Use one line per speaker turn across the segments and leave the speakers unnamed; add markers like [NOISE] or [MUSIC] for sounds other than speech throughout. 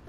la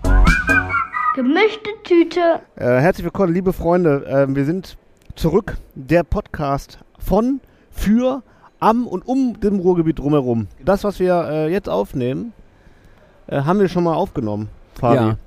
Gemischte Tüte.
Äh, herzlich willkommen, liebe Freunde. Ähm, wir sind zurück. Der Podcast von, für, am und um dem Ruhrgebiet drumherum. Das, was wir äh, jetzt aufnehmen, äh, haben wir schon mal aufgenommen. Fabi.
Ja.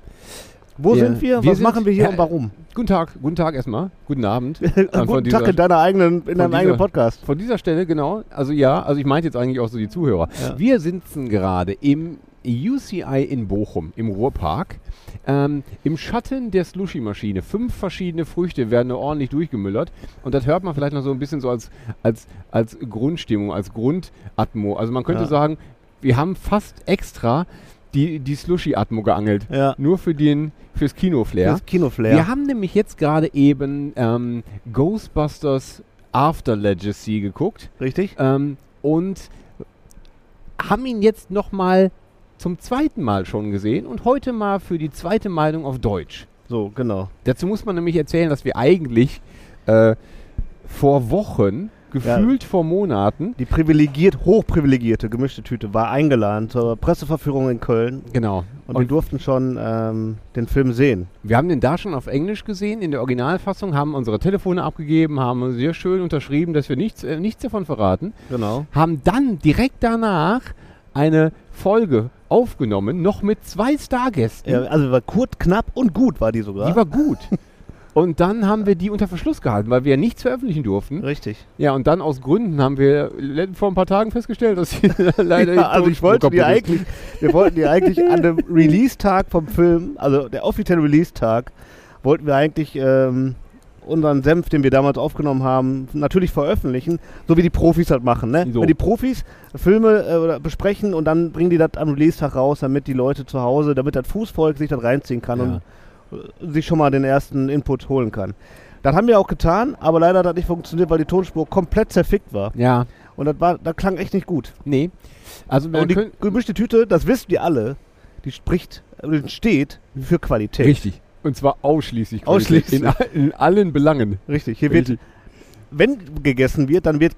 Wo
Wir-
sind wir?
wir
was
sind-
machen wir hier
Ja,
und warum?
Guten Tag, guten Tag erstmal.
[LAUGHS]
Guten Abend. Äh, von,
Guten Tag in
dieser,
deiner eigenen, in deinem
dieser-
eigenen Podcast.
von dieser Stelle, genau. Also ja, also ich meinte jetzt eigentlich auch so die Zuhörer.
Ja.
Wir sitzen gerade im UCI in Bochum, im Ruhrpark. Ähm, Im Schatten der Slushy-Maschine. Fünf verschiedene Früchte werden da ordentlich durchgemüllert. Und das hört man vielleicht noch so ein bisschen so als, als, als Grundstimmung, als Grundatmo. Also man könnte
Ja.
sagen, wir haben fast extra die, die Slushy-Atmo geangelt.
Ja.
Nur für den, fürs Kino-Flair.
Das Kinoflair.
Wir haben nämlich jetzt gerade eben ähm, Ghostbusters After Legacy geguckt
Richtig?
ähm, und haben ihn jetzt nochmal zum zweiten Mal schon gesehen und heute mal für die zweite Meinung auf Deutsch.
So, genau.
Dazu muss man nämlich erzählen, dass wir eigentlich äh, vor Wochen, gefühlt vor Monaten,
Die privilegiert, hochprivilegierte gemischte Tüte war eingeladen zur Presseverführung in Köln
genau,
und, wir durften schon ähm, den Film sehen.
Wir haben den da schon auf Englisch gesehen, in der Originalfassung, haben unsere Telefone abgegeben, haben sehr schön unterschrieben, dass wir nichts, äh, nichts davon verraten.
Genau.
haben dann direkt danach eine Folge aufgenommen, noch mit zwei Stargästen.
Ja, also war kurz, knapp und gut war die sogar.
Die war gut. Und dann haben wir die unter Verschluss gehalten, weil wir ja nichts veröffentlichen durften.
Richtig.
Ja, und dann aus Gründen haben wir le- vor ein paar Tagen festgestellt, dass sie [LAUGHS] leider
Ja, also
Ton-
ich wollte die
kaputt ist.
eigentlich, wir wollten die eigentlich an
[LAUGHS]
dem Release-Tag vom Film, also der offizielle Release-Tag, wollten wir eigentlich ähm, unseren Senf, den wir damals aufgenommen haben, natürlich veröffentlichen, so wie die Profis das machen. Ne?
So.
Wenn die Profis Filme äh, oder besprechen und dann bringen die das am Release-Tag raus, damit die Leute zu Hause, damit das Fußvolk sich das reinziehen kann
Ja.
und äh, sich schon mal den ersten Input holen kann. Das haben wir auch getan, aber leider hat das nicht funktioniert, weil die Tonspur komplett zerfickt war.
Ja,
Und das, war, das klang echt nicht gut.
nee. Also wir
Und die
können,
gemischte Tüte, das wissen wir alle, die spricht, äh, steht für Qualität.
richtig. Und zwar ausschließlich. Qualität.
Ausschließlich.
In, all- in allen Belangen.
Richtig. Hier wird, wenn gegessen wird, dann wird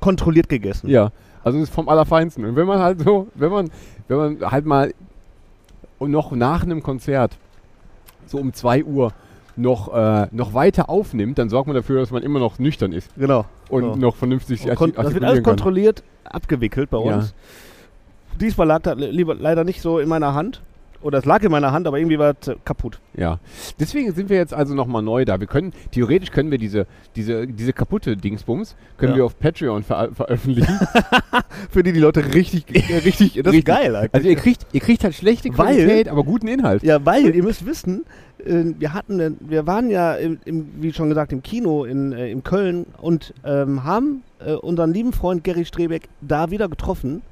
kontrolliert gegessen.
Ja, also es ist vom Allerfeinsten. Und wenn man halt so, wenn man, wenn man halt mal und noch nach einem Konzert, so um 2 Uhr, noch, äh, noch weiter aufnimmt, dann sorgt man dafür, dass man immer noch nüchtern ist
Genau.
und
genau.
noch vernünftig
Und kon-
arti-
das wird alles
artikulieren kann.
kontrolliert abgewickelt bei
Ja.
uns. Diesmal lag das lieber, leider nicht so in meiner Hand. Oder es lag in meiner Hand, aber irgendwie war es äh, kaputt.
Ja. Deswegen sind wir jetzt also nochmal neu da. Wir können, theoretisch können wir diese, diese, diese kaputte Dingsbums, können
Ja.
wir auf Patreon ver veröffentlichen.
[LAUGHS] Für die die Leute
[LAUGHS]
richtig, äh, richtig, das ist
Richtig.
geil eigentlich.
Also ihr kriegt, ihr kriegt halt schlechte
Weil-
Qualität, aber guten Inhalt.
Ja, weil ihr müsst wissen, äh, wir hatten, äh, wir waren ja, im, im, wie schon gesagt, im Kino in, äh, in Köln und ähm, haben äh, unseren lieben Freund Gary Strebeck da wieder getroffen,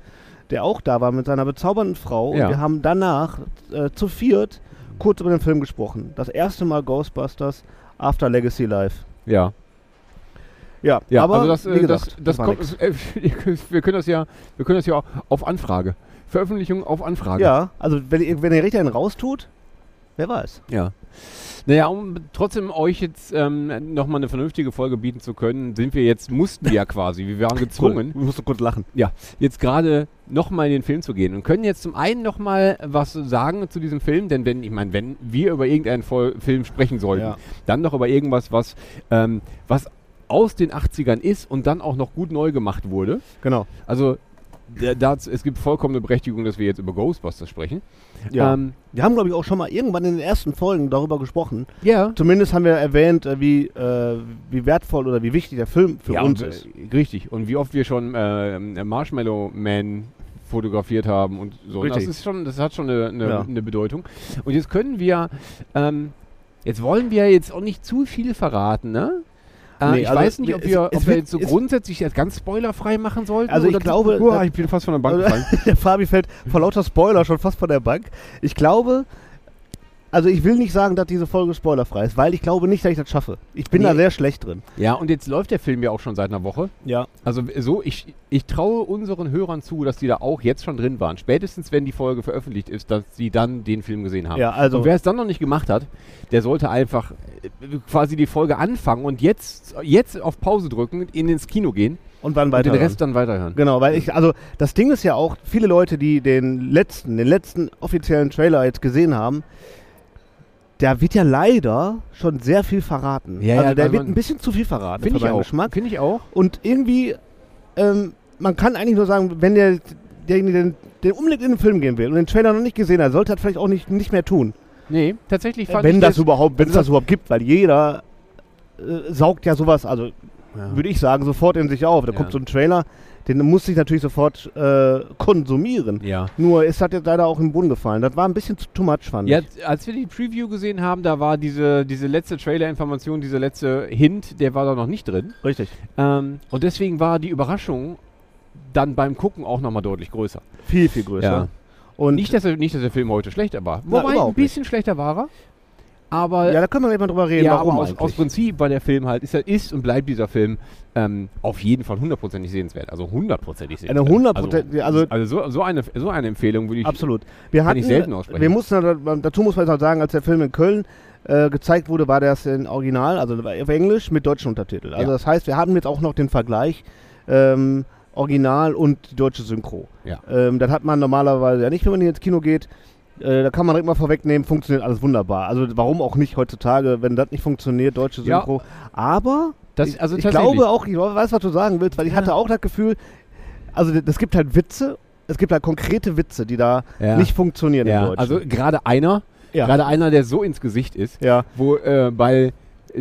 der auch da war mit seiner bezaubernden Frau.
Ja.
Und wir haben danach äh, zu viert kurz über den Film gesprochen. Das erste Mal Ghostbusters After Legacy Live.
ja.
Ja,
Ja,
aber
also das,
wie
äh,
gesagt,
das, das
war
kommt,
nix.
äh, [LAUGHS] wir können das ja, wir können das ja auch auf Anfrage. Veröffentlichung auf Anfrage.
Ja, also wenn, ihr- wenn der Richter einen raustut, wer weiß.
ja. Naja, um trotzdem euch jetzt ähm, nochmal eine vernünftige Folge bieten zu können, sind wir jetzt, mussten wir ja quasi, wir waren gezwungen,
Ich musste kurz lachen.
ja, jetzt gerade nochmal in den Film zu gehen und können jetzt zum einen nochmal was sagen zu diesem Film, denn wenn, ich meine, wenn wir über irgendeinen Fol- Film sprechen sollten,
Ja.
dann doch über irgendwas, was, ähm, was aus den 80ern ist und dann auch noch gut neu gemacht wurde.
Genau.
Also da- dazu, es gibt vollkommene Berechtigung, dass wir jetzt über Ghostbusters sprechen.
Ja.
Ähm,
wir haben, glaube ich, auch schon mal irgendwann in den ersten Folgen darüber gesprochen,
ja.
Zumindest haben wir erwähnt, äh, wie, äh, wie wertvoll oder wie wichtig der Film für
ja,
uns
und,
[LAUGHS] ist.
äh, Richtig. Und wie oft wir schon ähm, Marshmallow Man fotografiert haben und so.
Richtig.
Das ist schon, das hat schon eine, eine,
Ja.
eine Bedeutung. Und jetzt können wir, ähm, jetzt wollen wir jetzt auch nicht zu viel verraten, ne? Äh,
Nee,
ich
also,
weiß nicht, ob
es-
wir,
es
ob wir
wird-
jetzt so
es-
grundsätzlich jetzt ganz spoilerfrei machen sollten.
Also ich
oder-
glaube,
Uah,
äh,
ich bin fast
[LAUGHS]
von der Bank gefallen.
der Fabi fällt vor lauter Spoiler schon fast von der Bank. Ich glaube, Also ich will nicht sagen, dass diese Folge spoilerfrei ist, weil ich glaube nicht, dass ich das schaffe. Ich bin
Nee.
da sehr schlecht drin.
Ja, und jetzt läuft der Film ja auch schon seit einer Woche.
Ja.
Also so, ich, ich traue unseren Hörern zu, dass die da auch jetzt schon drin waren. Spätestens, wenn die Folge veröffentlicht ist, dass sie dann den Film gesehen haben.
Ja, also-
und wer es dann noch nicht gemacht hat, der sollte einfach äh, quasi die Folge anfangen und jetzt, jetzt auf Pause drücken, in ins Kino gehen
Und wann
und
weiter?
den Rest dann weiterhören.
Genau, weil ich, also das Ding ist ja auch, viele Leute, die den letzten, den letzten offiziellen Trailer jetzt gesehen haben, da wird ja leider schon sehr viel verraten.
Ja, ja,
also der
also
wird
man-
ein bisschen zu viel verraten für
Finde ich
meinen
auch.
Geschmack.
Finde ich auch.
Und irgendwie, ähm, man kann eigentlich nur sagen, wenn der, derjenige den, den Umblick in den Film gehen will und den Trailer noch nicht gesehen hat, sollte er das vielleicht auch nicht, nicht mehr tun. Also
Nee, tatsächlich fand
Äh, Wenn
ich
das
jetzt-
überhaupt, wenn es das überhaupt gibt, weil jeder äh, saugt ja sowas, also
Ja.
würde ich sagen, sofort in sich auf. Da
Ja.
kommt so ein Trailer, den muss ich natürlich sofort äh, konsumieren.
Ja.
Nur ist das jetzt leider auch im Boden gefallen. Das war ein bisschen zu too much, fand
Ja,
ich.
als wir die Preview gesehen haben, da war diese, diese letzte Trailer-Information, dieser letzte Hint, der war da noch nicht drin.
Richtig.
Ähm, und deswegen war die Überraschung dann beim Gucken auch nochmal deutlich größer.
Viel, viel größer.
Ja.
Und
Nicht dass, er, nicht, dass der Film heute schlechter war.
Na,
Wobei, ein
überhaupt
bisschen schlechter war er. Aber,
ja, da können wir gleich mal drüber reden,
ja, aber
warum
aus,
eigentlich.
aus Prinzip war der Film halt, ist, er- ist und bleibt dieser Film ähm, auf jeden Fall hundertprozentig sehenswert. Also hundertprozentig sehenswert.
Eine hundertprozentig-
Also,
also-
also so, so, eine, so eine Empfehlung würde ich.
Absolut. Wir hatten,
ich selten aussprechen.
Wir mussten, da- dazu muss man jetzt auch sagen, als der Film in Köln äh, gezeigt wurde, war das in Original, also auf Englisch mit deutschen Untertiteln. Also
Ja.
das heißt, wir hatten jetzt auch noch den Vergleich ähm, Original und die deutsche Synchro.
Ja.
Ähm, das hat man normalerweise ja nicht, wenn man hier ins Kino geht. Äh, da kann man direkt mal vorwegnehmen, funktioniert alles wunderbar. Also warum auch nicht heutzutage, wenn das nicht funktioniert, deutsche
Ja.
Synchro. Aber
Das-
ich,
also
ich
tatsächlich.
glaube auch, ich weiß, was du sagen willst, weil ich hatte auch das Gefühl, also es gibt halt Witze, es gibt halt konkrete Witze, die da
Ja.
nicht funktionieren im
Ja,
Deutschen.
also gerade einer,
Ja.
gerade einer, der so ins Gesicht ist.
ja.
wo äh, bei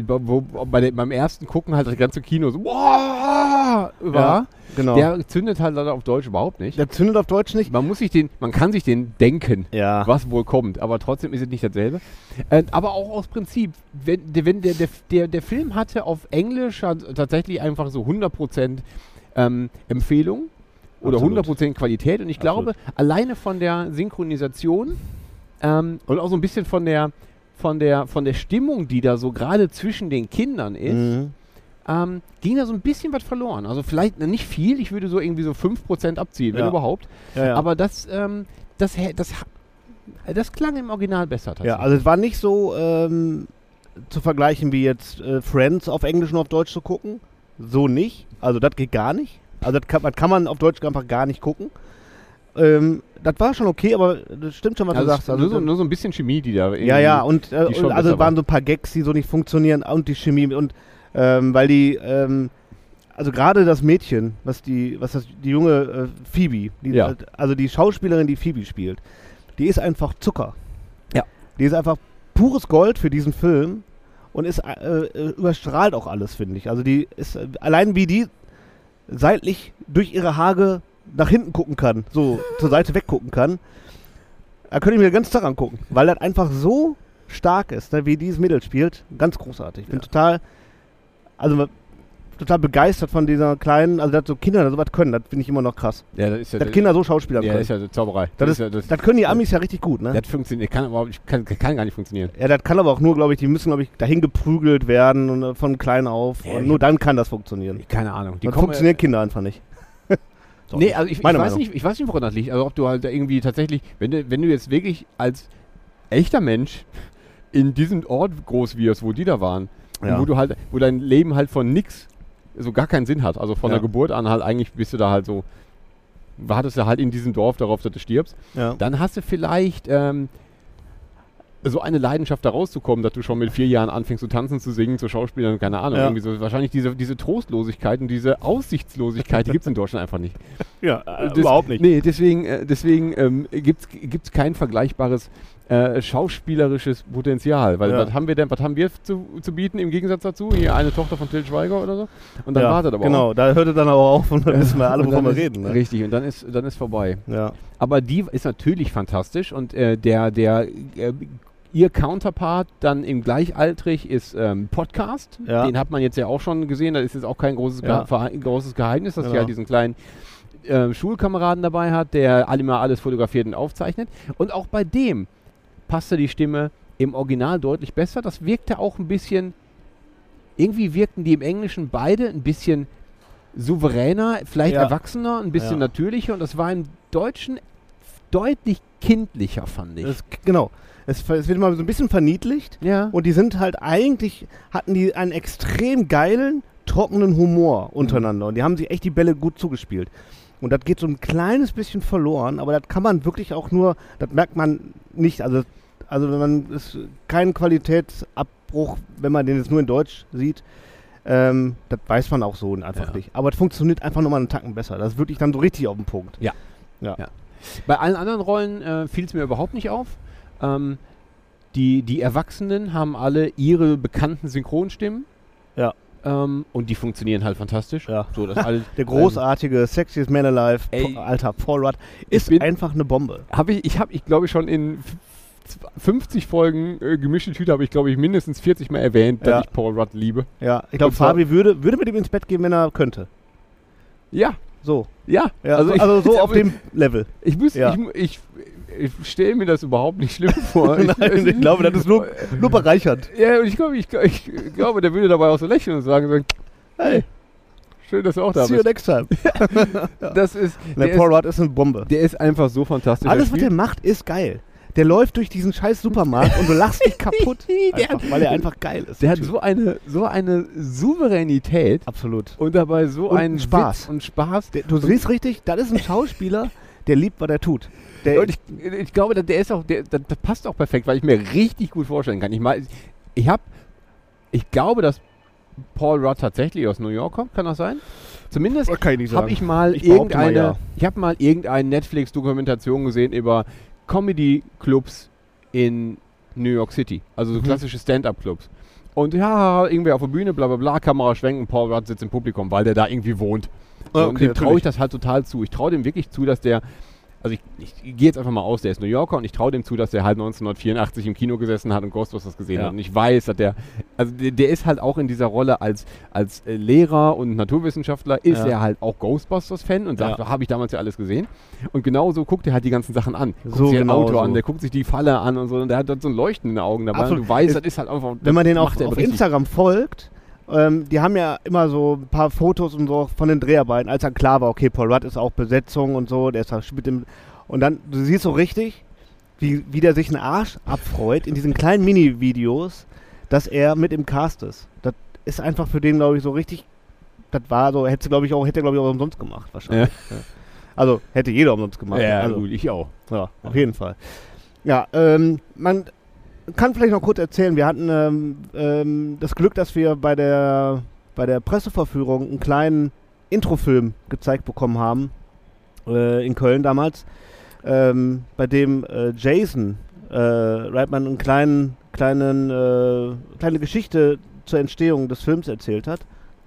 wo, wo- bei dem, beim ersten Gucken halt das ganze Kino so "Wow!" war.
genau.
Der zündet halt leider auf Deutsch überhaupt nicht.
Der zündet auf Deutsch nicht.
Man muss sich den, man kann sich den denken,
Ja.
was wohl kommt, aber trotzdem ist es nicht dasselbe. Äh, aber auch aus Prinzip, wenn, der- wenn der, der, der, der Film hatte auf Englisch hat tatsächlich einfach so 100% ähm, Empfehlung oder
Absolut.
100% Qualität und ich glaube, alleine von der Synchronisation ähm, und auch so ein bisschen von der, von der, von der Stimmung, die da so gerade zwischen den Kindern ist,
Mhm.
ähm, ging da so ein bisschen was verloren. Also vielleicht na, nicht viel, ich würde so irgendwie so 5% abziehen, wenn
Ja.
überhaupt.
Ja, ja.
Aber das, ähm, das, hä- das, ha- äh, das klang im Original besser
ja,
tatsächlich.
also es war nicht so ähm, zu vergleichen wie jetzt äh, Friends auf Englisch und auf Deutsch zu gucken. So nicht. Also das geht gar nicht. Also das kann, das kann man auf Deutsch einfach gar nicht gucken. Ähm, das war schon okay, aber das stimmt schon, was
Also
du sagst. Also,
nur, so, nur so ein bisschen Chemie, die da
Ja, ja, und, äh,
die schon
und also
besser
waren so ein paar Gags, die so nicht funktionieren und die Chemie und ähm, weil die, ähm, also gerade das Mädchen, was die, was das, die junge äh, Phoebe, die,
Ja.
also die Schauspielerin, die Phoebe spielt, die ist einfach Zucker.
Ja.
Die ist einfach pures Gold für diesen Film und ist äh, äh, überstrahlt auch alles, finde ich. Also die ist äh, allein wie die seitlich durch ihre Haare nach hinten gucken kann, so zur Seite weggucken kann, da könnte ich mir den ganzen Tag angucken, weil das einfach so stark ist, ne, wie dieses Mädel spielt. Ganz großartig. Ich bin total, also total begeistert von dieser kleinen, also dass so Kinder da sowas können, das finde ich immer noch krass.
ja, das ist ja,
Dass Kinder so Schauspieler
ja,
können.
das ist ja so Zauberei.
das, ist,
ja,
das,
das,
können die Amis ja richtig gut, ne?
das funktioniert, kann, überhaupt nicht- kann, kann gar nicht funktionieren.
ja, das kann aber auch nur, glaube ich, die müssen, glaube ich, dahin geprügelt werden und äh, von klein auf.
Ja,
und
ich-
nur dann kann das funktionieren.
Keine Ahnung. Die
Sonst
kommen-
funktionieren Kinder einfach nicht. So.
Nee, also ich, ich,
Meine
weiß
Meinung.
nicht, ich weiß nicht, woran das liegt. Also ob du halt da irgendwie tatsächlich, wenn du, wenn du jetzt wirklich als echter Mensch in diesem Ort groß wirst, wo die da waren,
Ja.
und wo du halt, wo dein Leben halt von nix so gar keinen Sinn hat. Also von
Ja.
der Geburt an halt eigentlich bist du da halt so, wartest du halt in diesem Dorf darauf, dass du stirbst.
Ja.
Dann hast du vielleicht ähm, so eine Leidenschaft da rauszukommen, dass du schon mit vier Jahren anfängst zu tanzen, zu singen, zu schauspielern, keine Ahnung.
Ja.
Irgendwie so, wahrscheinlich diese, diese Trostlosigkeit und diese Aussichtslosigkeit, die gibt
[LAUGHS]
es in Deutschland einfach nicht.
ja äh,
Das- Nee, deswegen, äh, deswegen ähm, gibt es kein vergleichbares äh, schauspielerisches Potenzial. Weil
Ja.
was haben wir denn, was haben wir zu, zu bieten im Gegensatz dazu? Hier eine Tochter von Till Schweiger oder so. Und dann
ja,
wartet aber
Genau, da hört es dann aber auf und dann
auch.
wissen wir alle,
Und dann
wovon wir
ist-
reden. Ne?
Richtig, und dann ist, dann ist vorbei.
Ja.
Aber die ist natürlich fantastisch und äh, der, der äh, ihr Counterpart dann im Gleichaltrig ist ähm, Podcast.
Ja.
Den hat man jetzt ja auch schon gesehen. Da ist jetzt auch kein großes, Ge
Ja.
Verhe- großes Geheimnis, dass sie
Genau.
halt diesen kleinen ähm, Schulkameraden dabei hat, der alle mal alles fotografiert und aufzeichnet. Und auch bei dem passte die Stimme im Original deutlich besser. Das wirkte auch ein bisschen, irgendwie wirkten die im Englischen beide ein bisschen souveräner, vielleicht
Ja.
erwachsener, ein bisschen
Ja.
natürlicher und das war im Deutschen deutlich kindlicher, fand ich.
Das, genau. Es, ver- es wird mal so ein bisschen verniedlicht
ja.
und die sind halt eigentlich, hatten die einen extrem geilen, trockenen
Mhm.
Humor untereinander und die haben sich echt die Bälle gut zugespielt. Und das geht so ein kleines bisschen verloren, aber das kann man wirklich auch nur, das merkt man nicht. Also, also wenn man, ist kein Qualitätsabbruch, wenn man den jetzt nur in Deutsch sieht. Ähm, das weiß man auch so einfach
Ja.
nicht. Aber es funktioniert einfach nochmal einen Tacken besser. Das ist wirklich dann so richtig auf den Punkt.
Bei allen anderen Rollen äh, fiel es mir überhaupt nicht auf. Ähm, die, die Erwachsenen haben alle ihre bekannten Synchronstimmen.
Ja.
Ähm, und die funktionieren halt fantastisch.
Ja.
So, Also, dass alle,
[LAUGHS] Der großartige Sexiest Man Alive,
Ähm. Ey.
po- alter Paul Rudd,
Ich
ist
bin-
einfach eine Bombe.
Ähm, hab ich ich habe, ich glaube ich, schon in f- z- 50 Folgen äh, gemischte Tüte habe ich, glaube ich, mindestens 40 Mal erwähnt,
Ja.
dass ich Paul Rudd liebe.
Ja, ich glaube,
Und zwar-
Fabi würde, würde mit ihm ins Bett gehen, wenn er könnte.
Ja,
So.
ja.
Ja, also,
ich-
also
[LAUGHS]
so auf dem Level.
Ich muss,
Ja.
ich, mu- ich, ich stelle mir das überhaupt
[LAUGHS]
nicht schlimm vor.
Nein, ich glaube, das ist nur, nur bereichernd.
Ja, und ich glaube, ich, glaub- ich glaube, der würde dabei auch so lächeln und sagen, so,
Hey,
schön, dass du auch da
see you
bist.
next
[LAUGHS]
time.
Das ist,
Der,
der,
Paul
ist,
Rudd ist eine Bombe.
der ist einfach so fantastisch.
Alles, was
spielt-
der macht, ist geil. Der läuft durch diesen scheiß Supermarkt und du lachst dich kaputt.
[LAUGHS] Der
Einfach, weil er einfach geil ist.
der hat so eine, so eine Souveränität
Absolut.
und dabei so
Und
einen
Spaß.
Witz und Spaß.
Der, du siehst richtig, das ist ein Schauspieler, der liebt, was er tut. Der,
Und ich, ich glaube, der- der ist auch, der, der, der passt auch perfekt, weil ich mir richtig gut vorstellen kann. Ich meine, ich habe, ich glaube, dass Paul Rudd tatsächlich aus New York kommt. Kann das sein? Zumindest
kann ich nicht
habe ich mal
Ich behaupte mal,
irgendeine,
ja.
ich habe mal irgendeine Netflix-Dokumentation gesehen über Comedy-Clubs in New York City, also
Mhm.
so klassische Stand-up-Clubs. Und ja, irgendwer auf der Bühne, bla bla bla, Kamera schwenken, Paul Rudd sitzt im Publikum, weil der da irgendwie wohnt. So,
Ah,
und
okay,
dem traue ich
natürlich.
das halt total zu. Ich traue dem wirklich zu, dass der, also ich, ich gehe jetzt einfach mal aus, der ist New Yorker und ich traue dem zu, dass der halt 1984 im Kino gesessen hat und Ghostbusters gesehen
Ja.
hat. Und ich weiß, dass der, also der, der ist halt auch in dieser Rolle als, als äh, Lehrer und Naturwissenschaftler, ist
Ja.
er halt auch Ghostbusters-Fan und sagt,
Ja.
habe ich damals ja alles gesehen. Und genauso guckt er halt die ganzen Sachen an. Guckt
So
sich ein
genau
Auto
so.
an, der guckt sich die Falle an und so. Und der hat dann so ein Leuchten in den Augen dabei.
Absolut.
Und du weißt,
Es-
das ist halt einfach.
wenn man den
das
auch
macht er
auf
richtig.
Instagram folgt, ähm, die haben ja immer so ein paar Fotos und so von den Dreharbeiten, als dann klar war, okay, Paul Rudd ist auch Besetzung und so, der ist da mit dem. Und dann, du siehst so richtig, wie, wie der sich einen Arsch abfreut in diesen kleinen Mini-Videos, dass er mit im Cast ist. Das ist einfach für den, glaube ich, so richtig. Das war so, hätte glaube ich auch, hätte glaube ich auch umsonst gemacht wahrscheinlich. Ja. Also hätte jeder umsonst gemacht.
Ja,
also,
gut, ich auch.
ja, auf jeden Fall. Ja, ähm, man kann vielleicht noch kurz erzählen, wir hatten ähm, ähm, das Glück, dass wir bei der, bei der Presseverführung einen kleinen Introfilm gezeigt bekommen haben, äh, in Köln damals, ähm, bei dem äh, Jason äh, Reitman einen kleinen, kleinen, äh, kleine Geschichte zur Entstehung des Films erzählt hat.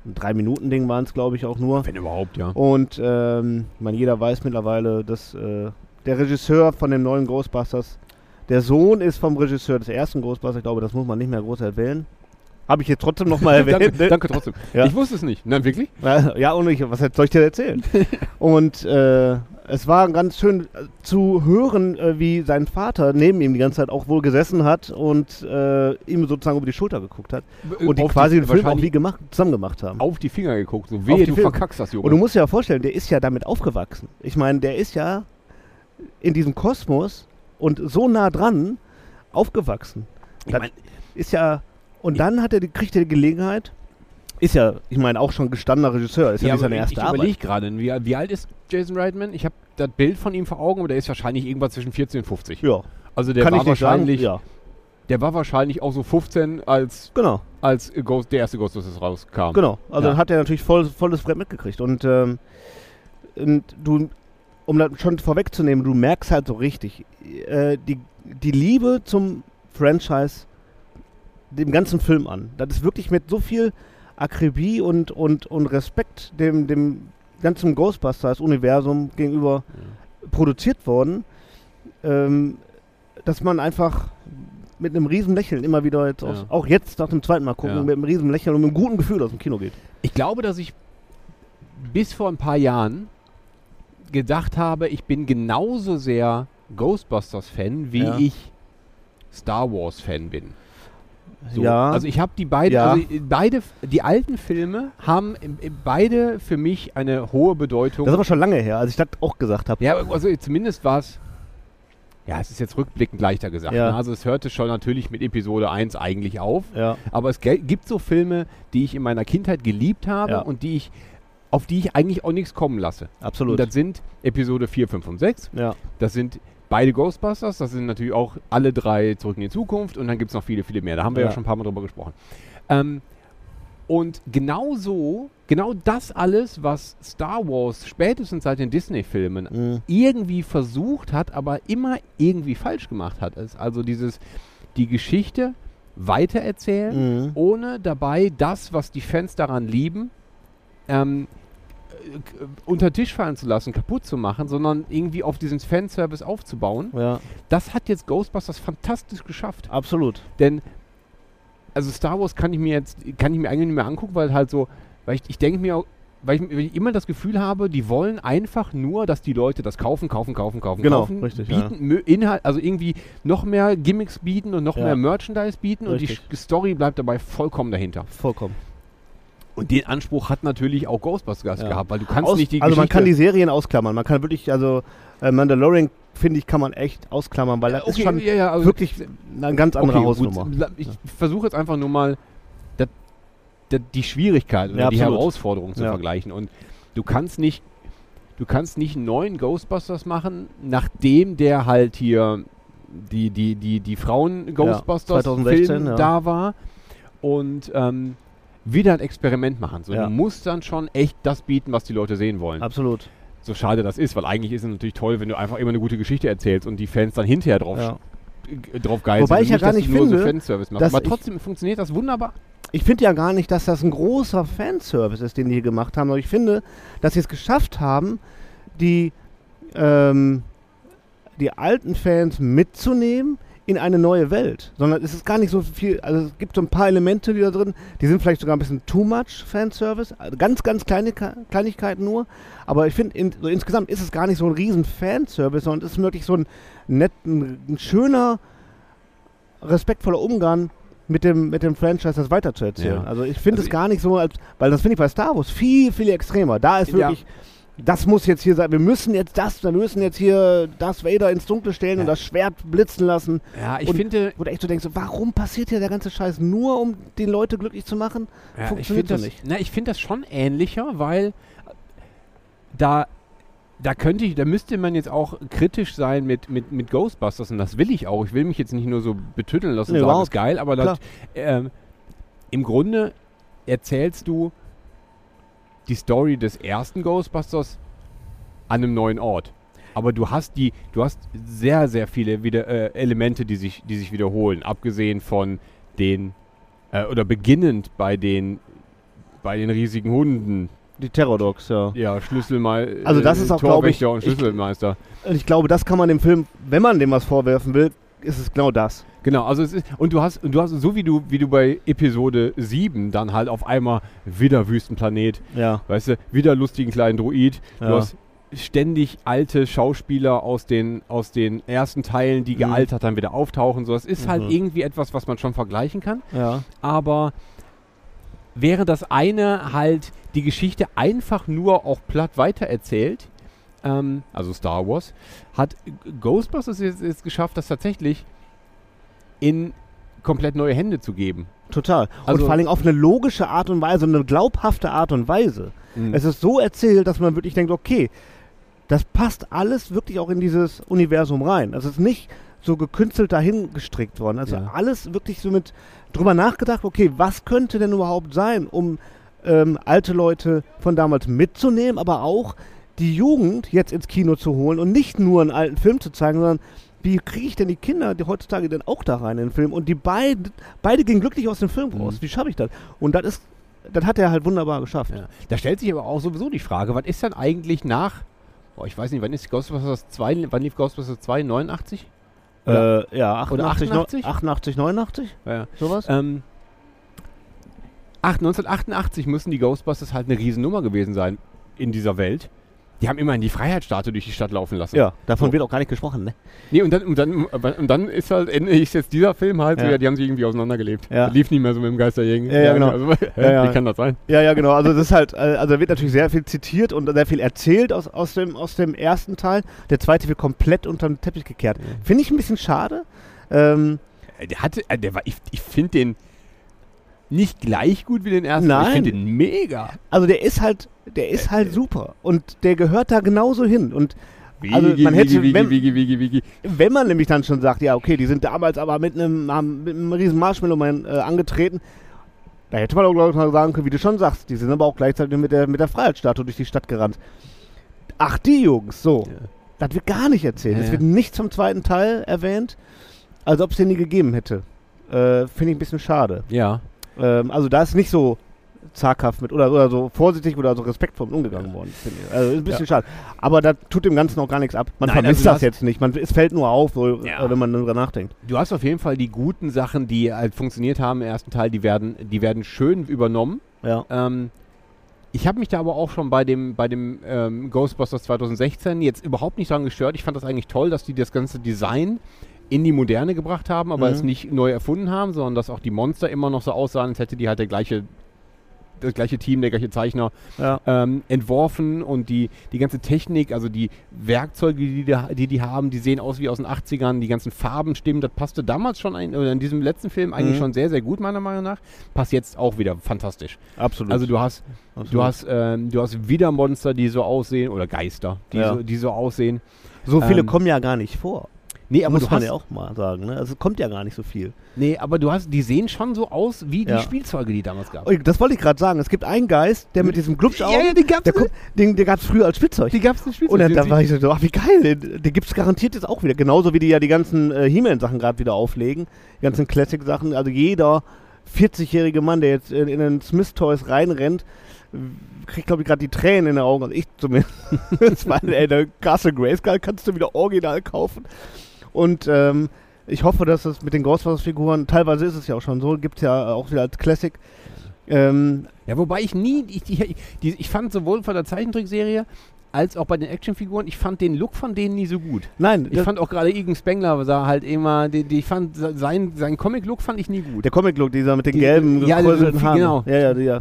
Ein Drei-Minuten-Ding waren es, glaube ich, auch nur.
Wenn überhaupt, ja.
Und ähm, ich meine, jeder weiß mittlerweile, dass äh, der Regisseur von dem neuen Ghostbusters der Sohn ist vom Regisseur des ersten Ghostbusters. Ich glaube, das muss man nicht mehr groß erwähnen. Habe ich jetzt trotzdem
[LAUGHS]
nochmal erwähnt.
danke, danke trotzdem.
Äh, Ja.
Ich wusste es nicht. Nein, wirklich?
Ja, Ja, und ich, was soll ich dir
[LAUGHS]
erzählen? und äh, es war ganz schön äh, zu hören, äh, wie sein Vater neben ihm die ganze Zeit auch wohl gesessen hat und äh, ihm sozusagen über die Schulter geguckt hat. Und die
Äh, Auf
quasi den Film auch
wahrscheinlich
wie gemacht, zusammen gemacht haben.
auf die Finger geguckt. So,
Auf
wehe,
die
du
Finger.
verkackst das, Junge.
Und du musst dir ja vorstellen, der ist ja damit aufgewachsen. Ich meine, der ist ja in diesem Kosmos und so nah dran aufgewachsen.
Ich
Das
mein-
ist ja. Und dann hat er die, kriegt er die Gelegenheit. Ist ja, ich meine, auch schon gestandener Regisseur. Ist ja,
ja,
nicht
aber
seine
ich
erste
ich
Arbeit.
überlege gerade, wie, wie alt ist Jason Reitman? Ich habe das Bild von ihm vor Augen, aber der ist wahrscheinlich irgendwas zwischen 14 und 50.
Ja,
Also der
kann
war
ich nicht sagen.
wahrscheinlich,
Ja,
der war wahrscheinlich auch so 15, als,
genau,
als Ghost, der erste Ghostbusters rauskam.
genau. Also
Ja.
dann hat er natürlich voll, volles Brett mitgekriegt. Und, ähm, und du, um das schon vorwegzunehmen, du merkst halt so richtig, äh, die, die Liebe zum Franchise dem ganzen Film an. Das ist wirklich mit so viel Akribie und, und, und Respekt dem, dem ganzen Ghostbusters-Universum gegenüber produziert worden, ähm, dass man einfach mit einem riesen Lächeln immer wieder jetzt aus,
Ja.
auch jetzt nach dem zweiten Mal gucken,
Ja.
mit einem riesen Lächeln und mit einem guten Gefühl aus dem Kino geht.
Ich glaube, dass ich bis vor ein paar Jahren gedacht habe, ich bin genauso sehr Ghostbusters-Fan, wie
Ja.
ich Star Wars-Fan bin. So.
ja.
Also ich habe die beiden,
Ja.
also beide, die alten Filme haben äh, beide für mich eine hohe Bedeutung.
das ist aber schon lange her, als ich das auch gesagt habe.
Ja, also zumindest war es. Ja, es ist jetzt rückblickend leichter gesagt.
Ja.
Ne? Also es hörte schon natürlich mit Episode 1 eigentlich auf.
Ja.
Aber es gel- gibt so Filme, die ich in meiner Kindheit geliebt habe
Ja.
und die ich, auf die ich eigentlich auch nichts kommen lasse.
absolut.
Und das sind Episode 4, 5 und 6.
ja.
Das sind beide Ghostbusters, das sind natürlich auch alle drei zurück in die Zukunft und dann gibt es noch viele, viele mehr. Da haben wir ja,
Ja.
schon ein paar Mal drüber gesprochen. Ähm, und genau so, genau das alles, was Star Wars spätestens seit den Disney-Filmen
Mhm.
irgendwie versucht hat, aber immer irgendwie falsch gemacht hat, ist also dieses die Geschichte weitererzählen,
Mhm.
ohne dabei das, was die Fans daran lieben, ähm, äh, unter den Tisch fallen zu lassen, kaputt zu machen, sondern irgendwie auf diesen Fanservice aufzubauen.
ja,
Das hat jetzt Ghostbusters fantastisch geschafft.
absolut.
Denn, also Star Wars kann ich mir jetzt, kann ich mir eigentlich nicht mehr angucken, weil halt so, weil ich, ich denke mir auch, weil ich, weil ich immer das Gefühl habe, die wollen einfach nur, dass die Leute das kaufen, kaufen, kaufen, kaufen,
Genau,
kaufen.
richtig,
bieten, mö- Inhalt, also irgendwie noch mehr Gimmicks bieten und noch
Ja.
mehr Merchandise bieten
Richtig.
und die Sch- Story bleibt dabei vollkommen dahinter.
Vollkommen.
Und den Anspruch hat natürlich auch Ghostbusters
Ja.
gehabt, weil du kannst
Aus-
nicht die
also man
Geschichte...
kann die Serien ausklammern. Man kann wirklich, also äh, Mandalorian, finde ich, kann man echt ausklammern, weil das ist
okay,
schon
ja, ja, also
wirklich eine ganz andere
okay,
Hausnummer.
Gut, La- ich versuche jetzt einfach nur mal dat, dat, die Schwierigkeit oder
Ja,
die
absolut.
Herausforderung zu
Ja.
vergleichen. Und du kannst nicht, du kannst nicht einen neuen Ghostbusters machen, nachdem der halt hier die, die, die, die Frauen-Ghostbusters-Film
2016, ja.
da war. Und ähm, wieder ein Experiment machen. So,
Ja.
Du musst dann schon echt das bieten, was die Leute sehen wollen.
Absolut.
So schade das ist, weil eigentlich ist es natürlich toll, wenn du einfach immer eine gute Geschichte erzählst und die Fans dann hinterher drauf
Ja.
äh, drauf geil
Wobei
sind.
ich ja
Nicht,
gar
dass
nicht
du nur so
finde,
Fanservice machst.
dass
Aber
ich-
trotzdem funktioniert das wunderbar.
Ich finde ja gar nicht, dass das ein großer Fanservice ist, den die hier gemacht haben, aber ich finde, dass sie es geschafft haben, die, ähm, die alten Fans mitzunehmen in eine neue Welt. Sondern es ist gar nicht so viel, also es gibt so ein paar Elemente, die da drin, die sind vielleicht sogar ein bisschen too much Fanservice, also ganz, ganz kleine Ka- Kleinigkeiten nur, aber ich finde, in, so insgesamt ist es gar nicht so ein riesen Fanservice, sondern es ist wirklich so ein netten, ein schöner, respektvoller Umgang mit dem, mit dem Franchise, das weiterzuerzählen.
Ja.
Also ich finde
Also
es gar nicht so, als, weil das finde ich bei Star Wars viel, viel extremer. Da ist
Ja.
wirklich, das muss jetzt hier sein. Wir müssen jetzt das, wir müssen jetzt hier Darth Vader ins Dunkle stellen und
Ja.
das Schwert blitzen lassen.
Ja, ich
Und-
finde,
Wo du echt so denkst, warum passiert hier der ganze Scheiß nur, um die Leute glücklich zu machen?
ja, ich
funktioniert
finde
so
das,
nicht.
na, ich finde das schon ähnlicher, weil da da könnte ich, da müsste man jetzt auch kritisch sein mit, mit, mit Ghostbusters und das will ich auch. Ich will mich jetzt nicht nur so betütteln lassen und
Nee,
sagen,
überhaupt.
ist geil, aber das, ähm, im Grunde erzählst du die Story des ersten Ghostbusters an einem neuen Ort. Aber du hast die, du hast sehr, sehr viele wieder, äh, Elemente, die sich, die sich wiederholen, abgesehen von den äh, oder beginnend bei den bei den riesigen Hunden.
Die Terrordogs, ja.
Ja, Schlüsselmeister.
Also das ist auch, glaub ich,
und
ich-
Schlüsselmeister.
Und ich glaube, das kann man dem Film, wenn man dem was vorwerfen will, ist es genau das.
Genau, also es ist, und du hast, und du hast, so wie du, wie du bei Episode 7 dann halt auf einmal wieder Wüstenplanet,
Ja.
weißt du, wieder lustigen kleinen Druid, du
Ja.
hast ständig alte Schauspieler aus den, aus den ersten Teilen, die
Mhm.
gealtert dann wieder auftauchen, so, es ist halt
Mhm.
irgendwie etwas, was man schon vergleichen kann,
Ja.
aber wäre das eine halt die Geschichte einfach nur auch platt weitererzählt, ähm, also Star Wars, hat Ghostbusters jetzt, jetzt geschafft, das tatsächlich in komplett neue Hände zu geben.
Total.
Also-
und vor allen Dingen auf eine logische Art und Weise, eine glaubhafte Art und Weise.
Mhm.
Es ist so erzählt, dass man wirklich denkt, okay, das passt alles wirklich auch in dieses Universum rein. Also Es ist nicht so gekünstelt dahin gestrickt worden. Also
Ja.
alles wirklich so mit drüber nachgedacht, okay, was könnte denn überhaupt sein, um ähm, alte Leute von damals mitzunehmen, aber auch die Jugend jetzt ins Kino zu holen und nicht nur einen alten Film zu zeigen, sondern wie kriege ich denn die Kinder die heutzutage denn auch da rein in den Film? Und die beiden, beide gehen glücklich aus dem Film raus. Wie schaffe ich das? Und das ist, das hat er halt wunderbar geschafft.
Ja. Da stellt sich aber auch sowieso die Frage, was ist dann eigentlich nach, boah, ich weiß nicht, wann ist Ghostbusters 2, wann lief Ghostbusters 2, 89?
Äh, ja, 88,
Oder 88?
89? 88, 89,
Ja.
sowas.
Ähm, ach, 1988 müssen die Ghostbusters halt eine Riesennummer gewesen sein in dieser Welt. Die haben immerhin die Freiheitsstatue durch die Stadt laufen lassen.
Ja, davon
So.
wird auch gar nicht gesprochen, ne?
Nee, und dann, und dann, und dann ist halt, ist jetzt dieser Film halt,
Ja.
ja. die haben sich irgendwie auseinandergelebt.
Ja.
Lief nicht mehr so mit dem Geisterjägen.
Ja, ja, genau.
Also,
Ja, ja.
[LAUGHS] Wie kann das sein?
Ja, ja, genau. Also das ist halt, äh, also da wird natürlich sehr viel zitiert und sehr viel erzählt aus, aus, dem, aus dem ersten Teil. Der zweite wird komplett unter den Teppich gekehrt. Finde ich ein bisschen schade. Ähm,
Äh, Der hatte, äh, der war, ich, ich finde den nicht gleich gut wie den ersten. Ich
Nein.
finde den mega.
also der ist halt, der ist halt super und der gehört da genauso hin. Und Also,
Wigi,
man hätte-
Wigi, Wigi,
wenn-
Wigi, Wigi, Wigi.
wenn man nämlich dann schon sagt, ja, okay, die sind damals aber mit einem, haben mit einem riesen Marshmallow-Man äh, angetreten, da hätte man auch, glaube ich, mal sagen können, wie du schon sagst, die sind aber auch gleichzeitig mit der, mit der Freiheitsstatue durch die Stadt gerannt. Ach, die Jungs, so.
Ja.
Das wird gar nicht erzählt.
Ja,
Es
ja.
wird nichts vom zweiten Teil erwähnt, als ob es den nie gegeben hätte. Äh, Finde ich ein bisschen schade.
Ja.
Ähm, also da ist nicht so zaghaft mit oder, oder so vorsichtig oder so respektvoll mit umgegangen worden. finde ich. Also ist ein bisschen schade. Aber da tut dem Ganzen auch gar nichts ab. Man
Nein,
vermisst
also du
das
hast-
jetzt nicht. Man, es fällt nur auf, so,
Ja.
äh, wenn man darüber nachdenkt.
Du hast auf jeden Fall die guten Sachen, die halt funktioniert haben im ersten Teil, die werden, die werden schön übernommen.
Ja.
Ähm, ich habe mich da aber auch schon bei dem, bei dem ähm, Ghostbusters 2016 jetzt überhaupt nicht dran gestört. Ich fand das eigentlich toll, dass die das ganze Design in die Moderne gebracht haben, aber
Mhm.
es nicht neu erfunden haben, sondern dass auch die Monster immer noch so aussahen, als hätte die halt der gleiche, das gleiche Team, der gleiche Zeichner
Ja.
ähm, entworfen und die, die ganze Technik, also die Werkzeuge, die die, die die haben, die sehen aus wie aus den 80ern, die ganzen Farben stimmen, das passte damals schon ein, oder in diesem letzten Film eigentlich
Mhm.
schon sehr, sehr gut meiner Meinung nach, passt jetzt auch wieder fantastisch.
Absolut.
Also du hast,
Absolut.
du hast, ähm, du hast wieder Monster, die so aussehen, oder Geister, die,
Ja.
so, die so aussehen.
so viele
ähm,
kommen ja gar nicht vor.
Nee, aber
Muss
du
man
hast,
ja auch mal sagen. Ne? Also es kommt ja gar nicht so viel.
nee, aber du hast, die sehen schon so aus wie
Ja.
die Spielzeuge, die damals gab.
Oh, Das wollte ich gerade sagen. Es gibt einen Geist, der mit diesem Glubschaugen,
Ja, ja, die gab's
der,
ne?
kommt, den, der gab es früher als Spielzeug.
Die gab es nicht
Und dann, dann war ich so, ach wie geil, den, den gibt es garantiert jetzt auch wieder. Genauso wie die ja die ganzen äh, He-Man-Sachen gerade wieder auflegen, die ganzen Classic-Sachen. Also jeder 40-jährige Mann, der jetzt in, in den Smith Toys reinrennt, w- kriegt, glaube ich, gerade die Tränen in den Augen. Also ich zumindest. [LAUGHS] Weil, ey, der Castle Grayskull kannst du wieder original kaufen. Und ähm, ich hoffe, dass es mit den Ghostbusters-Figuren, teilweise ist es ja auch schon so, gibt es ja auch wieder als Classic. Ähm,
Ja, wobei ich nie, ich, die, die, ich fand sowohl von der Zeichentrickserie als auch bei den Actionfiguren, ich fand den Look von denen nie so gut.
nein,
Ich
das-
fand auch gerade Igen Spengler sah halt immer, die, die, ich fand se- sein, sein Comic-Look fand ich nie gut.
Der Comic-Look, dieser mit den
Die-
gelben,
ja,
gekräuselten
die-
Haaren.
genau.
Ja, ja, die- ja.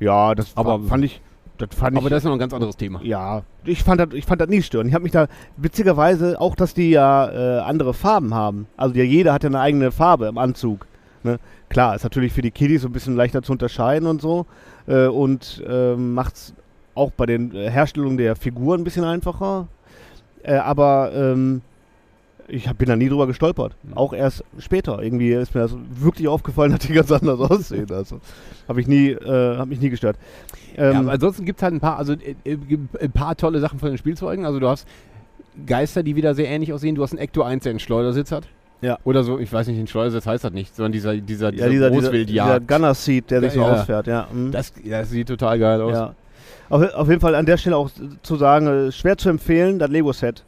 Ja, das
Aber-
fa- fand ich. Das fand
Aber
ich. Ähm,
das ist noch ein ganz anderes Thema.
ja, ich fand das, ich fand das nie störend. Ich habe mich da witzigerweise auch, dass die ja äh, andere Farben haben. Also ja, jeder hat ja eine eigene Farbe im Anzug. Ne? Klar, ist natürlich für die Kiddies so ein bisschen leichter zu unterscheiden und so äh, und ähm, macht's auch bei den äh, Herstellungen der Figuren ein bisschen einfacher. Äh, aber ähm, ich hab, bin da nie drüber gestolpert. Auch erst später. Irgendwie ist mir das wirklich aufgefallen, [LAUGHS] dass die ganz anders aussehen. Also habe ich nie, äh, hab mich nie gestört. Ähm,
Ja, aber ansonsten gibt es halt ein paar, also äh, äh, gibt ein paar tolle Sachen von den Spielzeugen. Also du hast Geister, die wieder sehr ähnlich aussehen. Du hast einen Ecto 1, der einen Schleudersitz hat.
Ja.
Oder so, ich weiß nicht, ein Schleudersitz heißt das nicht, sondern dieser, dieser,
ja, dieser, dieser, dieser
Großwildjagd.
Gunner Seat, der sich so
Ja, ja.
ausfährt, ja. mhm.
das, das sieht total geil aus.
ja. Auf, auf jeden Fall an der Stelle auch zu sagen, äh, schwer zu empfehlen, das Lego-Set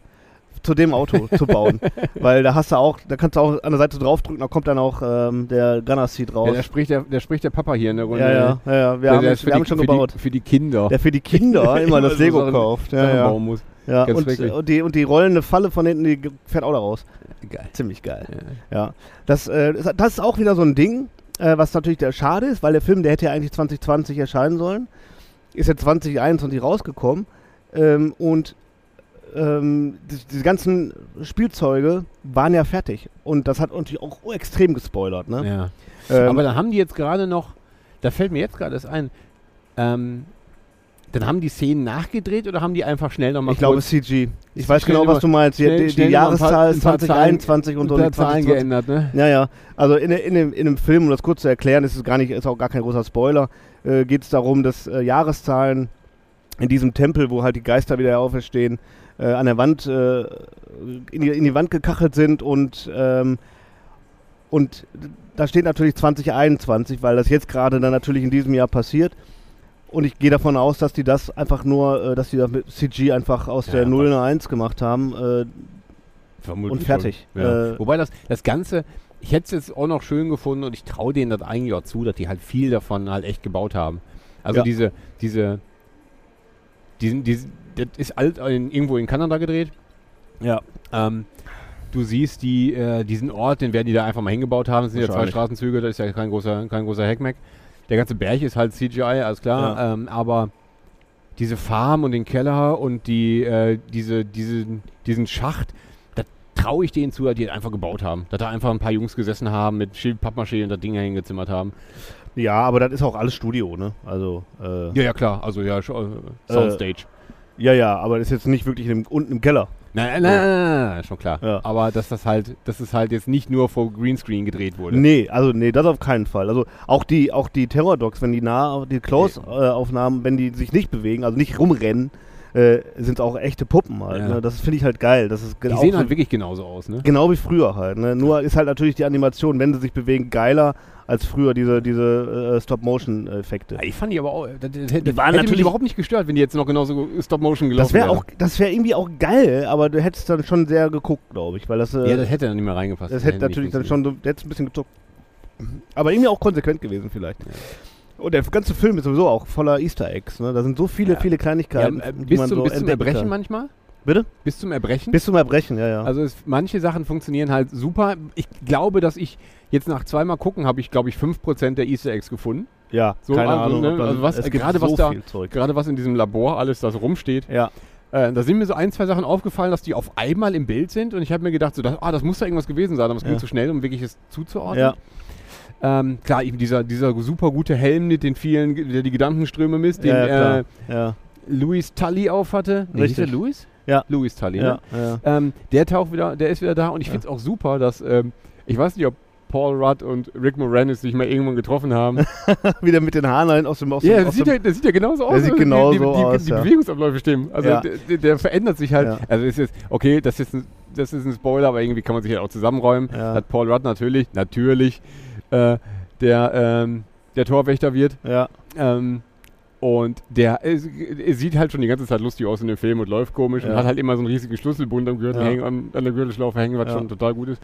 zu dem
[LAUGHS]
Auto zu bauen. Weil da hast du auch, da kannst du auch an der Seite draufdrücken, da kommt dann auch ähm, der Gunner Seat
Ja,
raus.
da, spricht der, da spricht der Papa hier in der Runde.
Ja, ja, ja, ja. Wir
Der-
haben,
der
wir
ist für
haben
die, Oh.
schon
für
gebaut.
Die, für die Kinder.
Der für die
[LAUGHS]
Kinder immer
Immer
das
so
Lego
Sachen-
kauft. Ja,
Sachen
ja.
bauen muss.
Ja,
Ganz
und, äh,
schrecklich.
und, die, und die rollende Falle von hinten, die ge- fährt auch da raus.
Geil.
Ziemlich geil.
Ja.
Ja, das, äh, ist- das ist auch wieder so ein Ding, äh, was natürlich der schade ist, weil der Film, der hätte ja eigentlich 2020 erscheinen sollen, ist ja 2021 rausgekommen ähm, und ähm, die, diese ganzen Spielzeuge waren ja fertig und das hat natürlich auch extrem gespoilert. Ne?
Ja.
Ähm,
Aber dann haben die jetzt gerade noch, da fällt mir jetzt gerade das ein, ähm, dann haben die Szenen nachgedreht oder haben die einfach schnell nochmal
ich glaube CG. Ich
Ich
weiß genau,
schnell
was du meinst. Die,
schnell-
die, die
schnell noch ein paar-
Jahreszahl ist
ein paar Zahlen-
2021 und so.
unter
eine
Zahlen
2020.
geändert, ne?
Ja, ja. Also in, in, dem, in dem Film, um das kurz zu erklären, ist es gar nicht, ist auch gar kein großer Spoiler, äh, geht es darum, dass äh, Jahreszahlen in diesem Tempel, wo halt die Geister wieder auferstehen, äh, an der Wand äh, in, die, in die Wand gekachelt sind und ähm, und da steht natürlich 2021, weil das jetzt gerade dann natürlich in diesem Jahr passiert. Und ich gehe davon aus, dass die das einfach nur, äh, dass die das mit CG einfach aus
Ja,
der
ja,
0 eine 1 gemacht haben. Äh,
Vermutlich
Und fertig.
schon. Ja.
Äh,
Wobei das, das Ganze, ich hätte es jetzt auch noch schön gefunden und ich traue denen das eigentlich auch zu, dass die halt viel davon halt echt gebaut haben. Also
Ja.
diese, diese, diesen, diesen, das ist alt in, irgendwo in Kanada gedreht.
Ja.
Ähm, du siehst die, äh, diesen Ort, den werden die da einfach mal hingebaut haben. Es sind ja zwei
Wahrscheinlich.
Straßenzüge, das ist ja kein großer, kein großer Hackmack. Der ganze Berg ist halt CGI, alles klar.
Ja.
Ähm, aber diese Farm und den Keller und die, äh, diese, diesen, diesen Schacht, da traue ich denen zu, dass die das einfach gebaut haben. Dass da einfach ein paar Jungs gesessen haben mit Schild, Pappmaché und das Ding hingezimmert haben.
Ja, aber das ist auch alles Studio, ne? Also, äh,
Ja, ja, klar. Also ja, schon, äh, Soundstage.
ja, ja, aber das ist jetzt nicht wirklich in dem, unten im Keller.
Nein, nein, nein, nein, nein, nein, schon klar.
Ja.
Aber dass das halt, dass es halt jetzt nicht nur vor Greenscreen gedreht wurde.
Nee, also nee, das auf keinen Fall. Also auch die, auch die Terror-Docs, wenn die nah, die Close-Aufnahmen, wenn die sich nicht bewegen, also nicht rumrennen, äh, sind auch echte Puppen halt.
Ja.
Ne? Das finde ich halt geil. Das ist
Die
auch
sehen
so-
halt wirklich genauso aus, ne?
Genau wie früher halt. Ne? Nur ist halt natürlich die Animation, wenn sie sich bewegen, geiler als früher diese, diese äh, Stop-Motion-Effekte.
Ja, Ich fand die aber auch. Das, das, das
waren
hätte mich
natürlich-
überhaupt nicht gestört, wenn die jetzt noch genauso Stop-Motion gelaufen
Das wäre
wären.
auch, das wäre irgendwie auch geil, aber du hättest dann schon sehr geguckt, glaube ich, weil das, äh,
Ja, das
das,
hätte dann nicht mehr reingepasst.
hätte
nicht
natürlich dann
funktioniert.
schon, so- hättest ein bisschen gezuckt. Aber irgendwie auch konsequent gewesen vielleicht. Und der ganze Film ist sowieso auch voller Easter Eggs. Ne? Da sind so viele,
Ja.
viele Kleinigkeiten,
Ja, äh,
die
bis
man
zum,
so
bis zum
entdecken
Erbrechen
kann. Hm?
manchmal?
Bitte?
Bis zum Erbrechen?
Bis zum Erbrechen, ja, ja.
also es, manche Sachen funktionieren halt super. Ich glaube, dass ich jetzt nach zweimal gucken, habe ich, glaube ich, 5% der Easter Eggs gefunden.
ja,
so,
keine
also,
Ahnung.
ne,
ob man-
also was-
es gibt
gerade was
so
da-
viel Zeug.
Gerade was in diesem Labor alles, das rumsteht.
Ja,
Äh, da sind mir so ein, zwei Sachen aufgefallen, dass die auf einmal im Bild sind und ich habe mir gedacht, so, das- ah, das muss da irgendwas gewesen sein, aber es
Ja.
ging zu schnell, um wirklich es zuzuordnen.
ja.
Ähm, klar, eben dieser, dieser super gute Helm mit den vielen, der die Gedankenströme misst, den
ja, ja,
äh,
klar. ja,
Louis Tully aufhatte.
Richtig.
hieß der Louis?
Ja.
Louis Tully,
ja,
ne?
ja. [LAUGHS]
Ähm, der taucht wieder, der ist wieder da und ich finde es auch super, dass, ähm, ich weiß nicht, ob Paul Rudd und Rick Moranis sich mal irgendwann
[LAUGHS]
getroffen haben.
wieder mit den Haaren aus dem aus dem,
Ja, das
aus
sieht,
dem
ja, das sieht ja genauso aus.
Der sieht
also die-
genauso
die, die, die,
aus,
Die
ja.
Bewegungsabläufe stimmen. Also
Ja.
der, der- der verändert sich halt.
Ja.
Also ist jetzt, okay, das ist, ein, das ist ein Spoiler, aber irgendwie kann man sich halt auch zusammenräumen.
Ja.
Hat Paul Rudd natürlich, natürlich, äh, der, ähm, der Torwächter wird.
ja,
Ähm, und der äh, sieht halt schon die ganze Zeit lustig aus in dem Film und läuft komisch und
Ja.
hat halt immer so einen riesigen Schlüsselbund am Gürtel
Ja.
hängen, an, an der Gürtelschlaufe hängen, was
Ja.
schon total gut ist.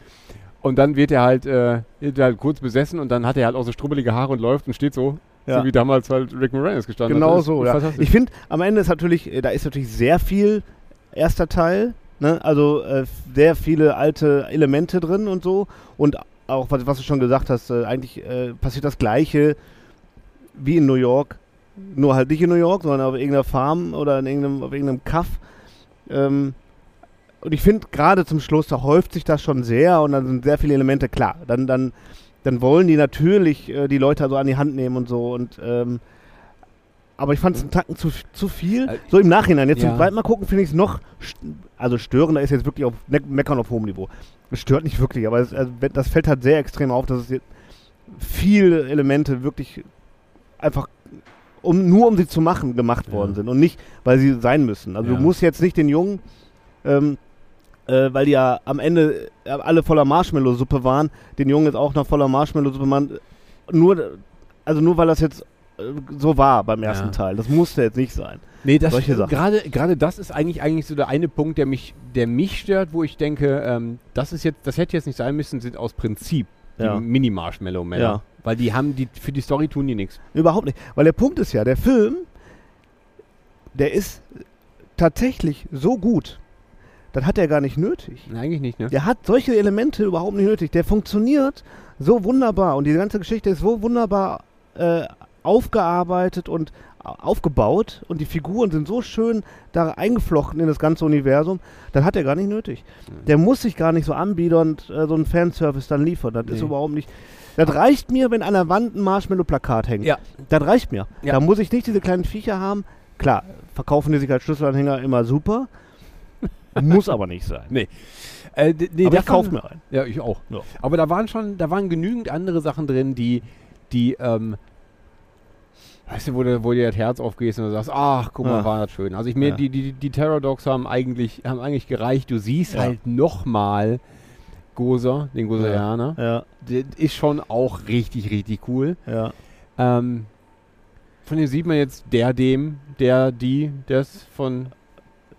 Und dann wird er halt, äh, wird er halt kurz besessen und dann hat er halt auch so strubbelige Haare und läuft und steht so,
Ja.
so wie damals halt Rick Moranis gestanden hat.
genau
Das
so.
ist
Ja.
fantastisch.
Ich finde, am Ende ist natürlich, äh, da ist natürlich sehr viel erster Teil, ne? also äh, sehr viele alte Elemente drin und so. Und auch, was, was du schon gesagt hast, äh, eigentlich äh, passiert das Gleiche wie in New York. Nur halt nicht in New York, sondern auf irgendeiner Farm oder in irgendeinem, auf irgendeinem Kaff. Ähm, und ich finde gerade zum Schluss, da häuft sich das schon sehr und dann sind sehr viele Elemente klar. Dann, dann, dann wollen die natürlich äh, die Leute so an die Hand nehmen und so. Und, ähm, aber ich fand es einen Tacken zu, zu viel.
Äh,
So im Nachhinein, jetzt
ja.
zum zweiten Mal gucken, finde ich es noch, st- also störender ist jetzt wirklich auf ne Meckern auf hohem Niveau. Es stört nicht wirklich, aber es, also, wenn- das fällt halt sehr extrem auf, dass es jetzt viele Elemente wirklich einfach um, nur um sie zu machen gemacht
Ja.
worden sind und nicht, weil sie sein müssen. Also
Ja.
du musst jetzt nicht den Jungen ähm, äh, weil die ja am Ende äh, alle voller Marshmallow-Suppe waren, den Jungen jetzt auch noch voller Marshmallow-Suppe machen. Nur, also nur weil das jetzt äh, so war beim ersten
Ja.
Teil. Das musste jetzt nicht sein.
Nee, das
Solche Sachen.
gerade gerade das ist eigentlich eigentlich so der eine Punkt, der mich der mich stört, wo ich denke, ähm, das ist jetzt das hätte jetzt nicht sein müssen, sind aus Prinzip
Ja.
die Mini Marshmallow Männer,
Ja.
weil die haben die für die Story tun die nichts.
Überhaupt nicht. Weil der Punkt ist ja, der Film, der ist tatsächlich so gut, das hat er gar nicht nötig.
Eigentlich nicht, ne?
Der hat solche Elemente überhaupt nicht nötig. Der funktioniert so wunderbar und die ganze Geschichte ist so wunderbar äh, aufgearbeitet und au- aufgebaut und die Figuren sind so schön da eingeflochten in das ganze Universum, dann hat er gar nicht nötig. Der muss sich gar nicht so anbiedern und äh, so einen Fanservice dann liefern. Das ist
Nee.
überhaupt nicht. Das reicht mir, wenn an der Wand ein Marshmallow-Plakat hängt.
Ja.
Das reicht mir.
Ja.
Da muss ich nicht diese kleinen Viecher haben. Klar, verkaufen die sich als Schlüsselanhänger immer super. [LAUGHS] muss aber nicht sein.
Äh, d- nee,
aber ich
davon-
kauf mir einen.
Ja, ich auch.
Ja.
Aber da waren schon, da waren genügend andere Sachen drin, die, die, ähm, weißt du, wo dir, wo dir das Herz aufgehst und du sagst, ach, guck mal,
Ah.
war das schön. Also ich mir,
Ja.
die, die, die Terror Dogs haben eigentlich, haben eigentlich gereicht. Du siehst
Ja.
halt nochmal Gozer, den Goserianer.
Ja,
Der ist schon auch richtig, richtig cool.
ja.
Ähm, von dem sieht man jetzt der, dem, der, die, das von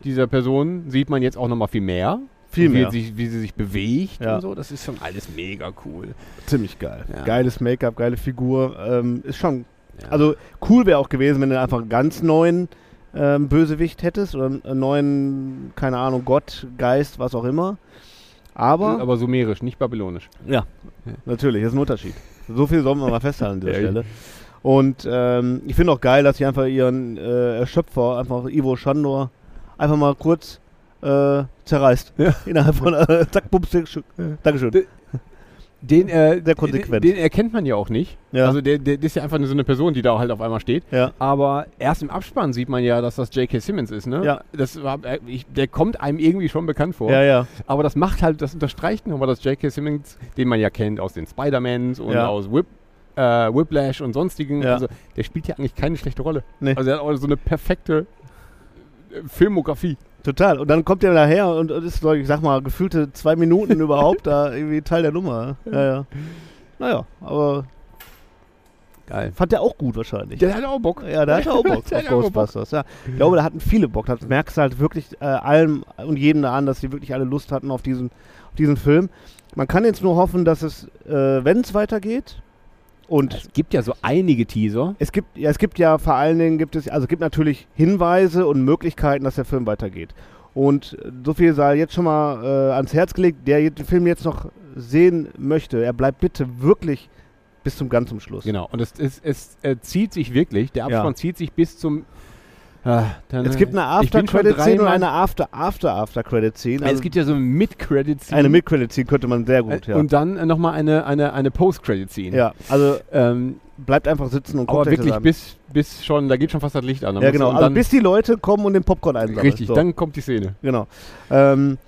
dieser Person sieht man jetzt auch nochmal viel mehr.
Viel
Und
mehr.
Wie, sie, wie sie sich bewegt
Ja.
und so. Das ist schon alles mega cool.
Ziemlich geil.
Ja.
Geiles Make-up, geile Figur. Ähm, ist schon.
Ja.
Also cool wäre auch gewesen, wenn du einfach einen ganz neuen ähm, Bösewicht hättest oder einen neuen, keine Ahnung, Gott, Geist, was auch immer. Aber,
Aber sumerisch, nicht babylonisch.
ja, natürlich, ist ein Unterschied. So viel sollten wir mal festhalten an dieser
Ja,
Stelle. Und ähm, ich finde auch geil, dass sie einfach ihren äh, Erschöpfer, einfach Ivo Schandor, einfach mal kurz äh, zerreißt.
Ja.
[LAUGHS] Innerhalb von, äh, zack, bums, zack, schick. Dankeschön.
Den, äh,
Sehr konsequent.
Den, den erkennt man ja auch nicht.
Ja.
Also der, der ist ja einfach nur so eine Person, die da halt auf einmal steht.
Ja.
Aber erst im Abspann sieht man ja, dass das J.K. Simmons ist, ne?
Ja.
Das war, äh, ich, der kommt einem irgendwie schon bekannt vor.
Ja, ja.
Aber das macht halt, das unterstreicht nochmal, dass J.K. Simmons, den man ja kennt aus den Spider-Mans und
Ja.
aus Whip, äh, Whiplash und sonstigen,
Ja.
also der spielt ja eigentlich keine schlechte Rolle.
Nee.
Also er hat auch so eine perfekte äh, Filmografie.
Total. Und dann kommt er daher und und ist, ich sag mal, gefühlte zwei
[LAUGHS]
Minuten überhaupt da irgendwie Teil der Nummer. Ja, ja. Naja, aber
Geil.
fand er auch gut wahrscheinlich.
Der hat auch Bock.
ja, da hat er auch [LAUGHS] Bock
[LAUGHS] Der
auf
hat auch Bock.
Ghostbusters. Ja. Ich glaube, da hatten viele Bock. Das merkst du halt wirklich äh, allem und jedem da an, dass sie wirklich alle Lust hatten auf diesen, auf diesen Film. Man kann jetzt nur hoffen, dass es, äh, wenn es weitergeht und
Es gibt ja so einige Teaser.
es gibt, ja, es gibt ja vor allen Dingen gibt es, also es gibt natürlich Hinweise und Möglichkeiten, dass der Film weitergeht. Und äh, so viel sei jetzt schon mal äh, ans Herz gelegt, der den Film jetzt noch sehen möchte, er bleibt bitte wirklich bis zum ganz zum Schluss.
Genau. Und es, es, es äh, zieht sich wirklich, der
Ja.
Abspann zieht sich bis zum. Ah, dann,
Es gibt eine
ich bin schon
After-Credit-Szene und
dreimal-
eine After-After-After-Credit-Szene.
Also es gibt ja so eine Mid-Credit-Scene.
eine Mid-Credit-Szene könnte man sehr gut,
äh,
ja.
Und dann äh, nochmal eine, eine, eine Post-Credit-Scene.
ja, also
Ähm,
bleibt einfach sitzen und guckt
Aber
euch das
wirklich
an.
bis, bis schon, da geht schon fast das Licht an. Da
ja,
musst du-
genau.
und
Also
dann,
bis die Leute kommen und den Popcorn einsammeln.
richtig,
so.
dann kommt die Szene.
Genau. Ähm,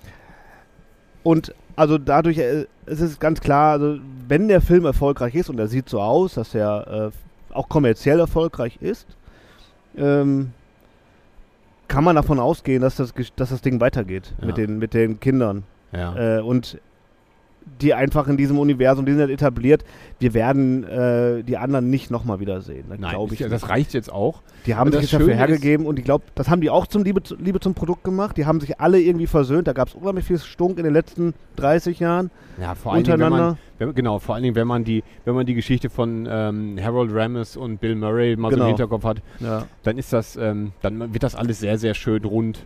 und also dadurch, äh, es ist ganz klar, also wenn der Film erfolgreich ist und er sieht so aus, dass er äh, auch kommerziell erfolgreich ist, ähm, kann man davon ausgehen, dass das, Gesch- dass das Ding weitergeht
Ja.
mit, den, mit den Kindern.
Ja.
Äh, und die einfach in diesem Universum, die sind halt etabliert, wir werden äh, die anderen nicht nochmal wiedersehen. Da
Nein,
glaub ich
ich,
nicht.
das reicht jetzt auch.
Die haben
Das
sich dafür
Schöne
hergegeben und ich glaube, das haben die auch zum Liebe, zu- Liebe zum Produkt gemacht. Die haben sich alle irgendwie versöhnt. Da gab es unheimlich viel Stunk in den letzten 30 Jahren
Ja, vor allen Dingen, wenn man,
untereinander.
wenn, genau, vor allen Dingen, wenn man die, wenn man die Geschichte von ähm, Harold Ramis und Bill Murray mal
Genau.
so im Hinterkopf hat,
Ja.
dann ist das, ähm, dann wird das alles sehr, sehr schön rund.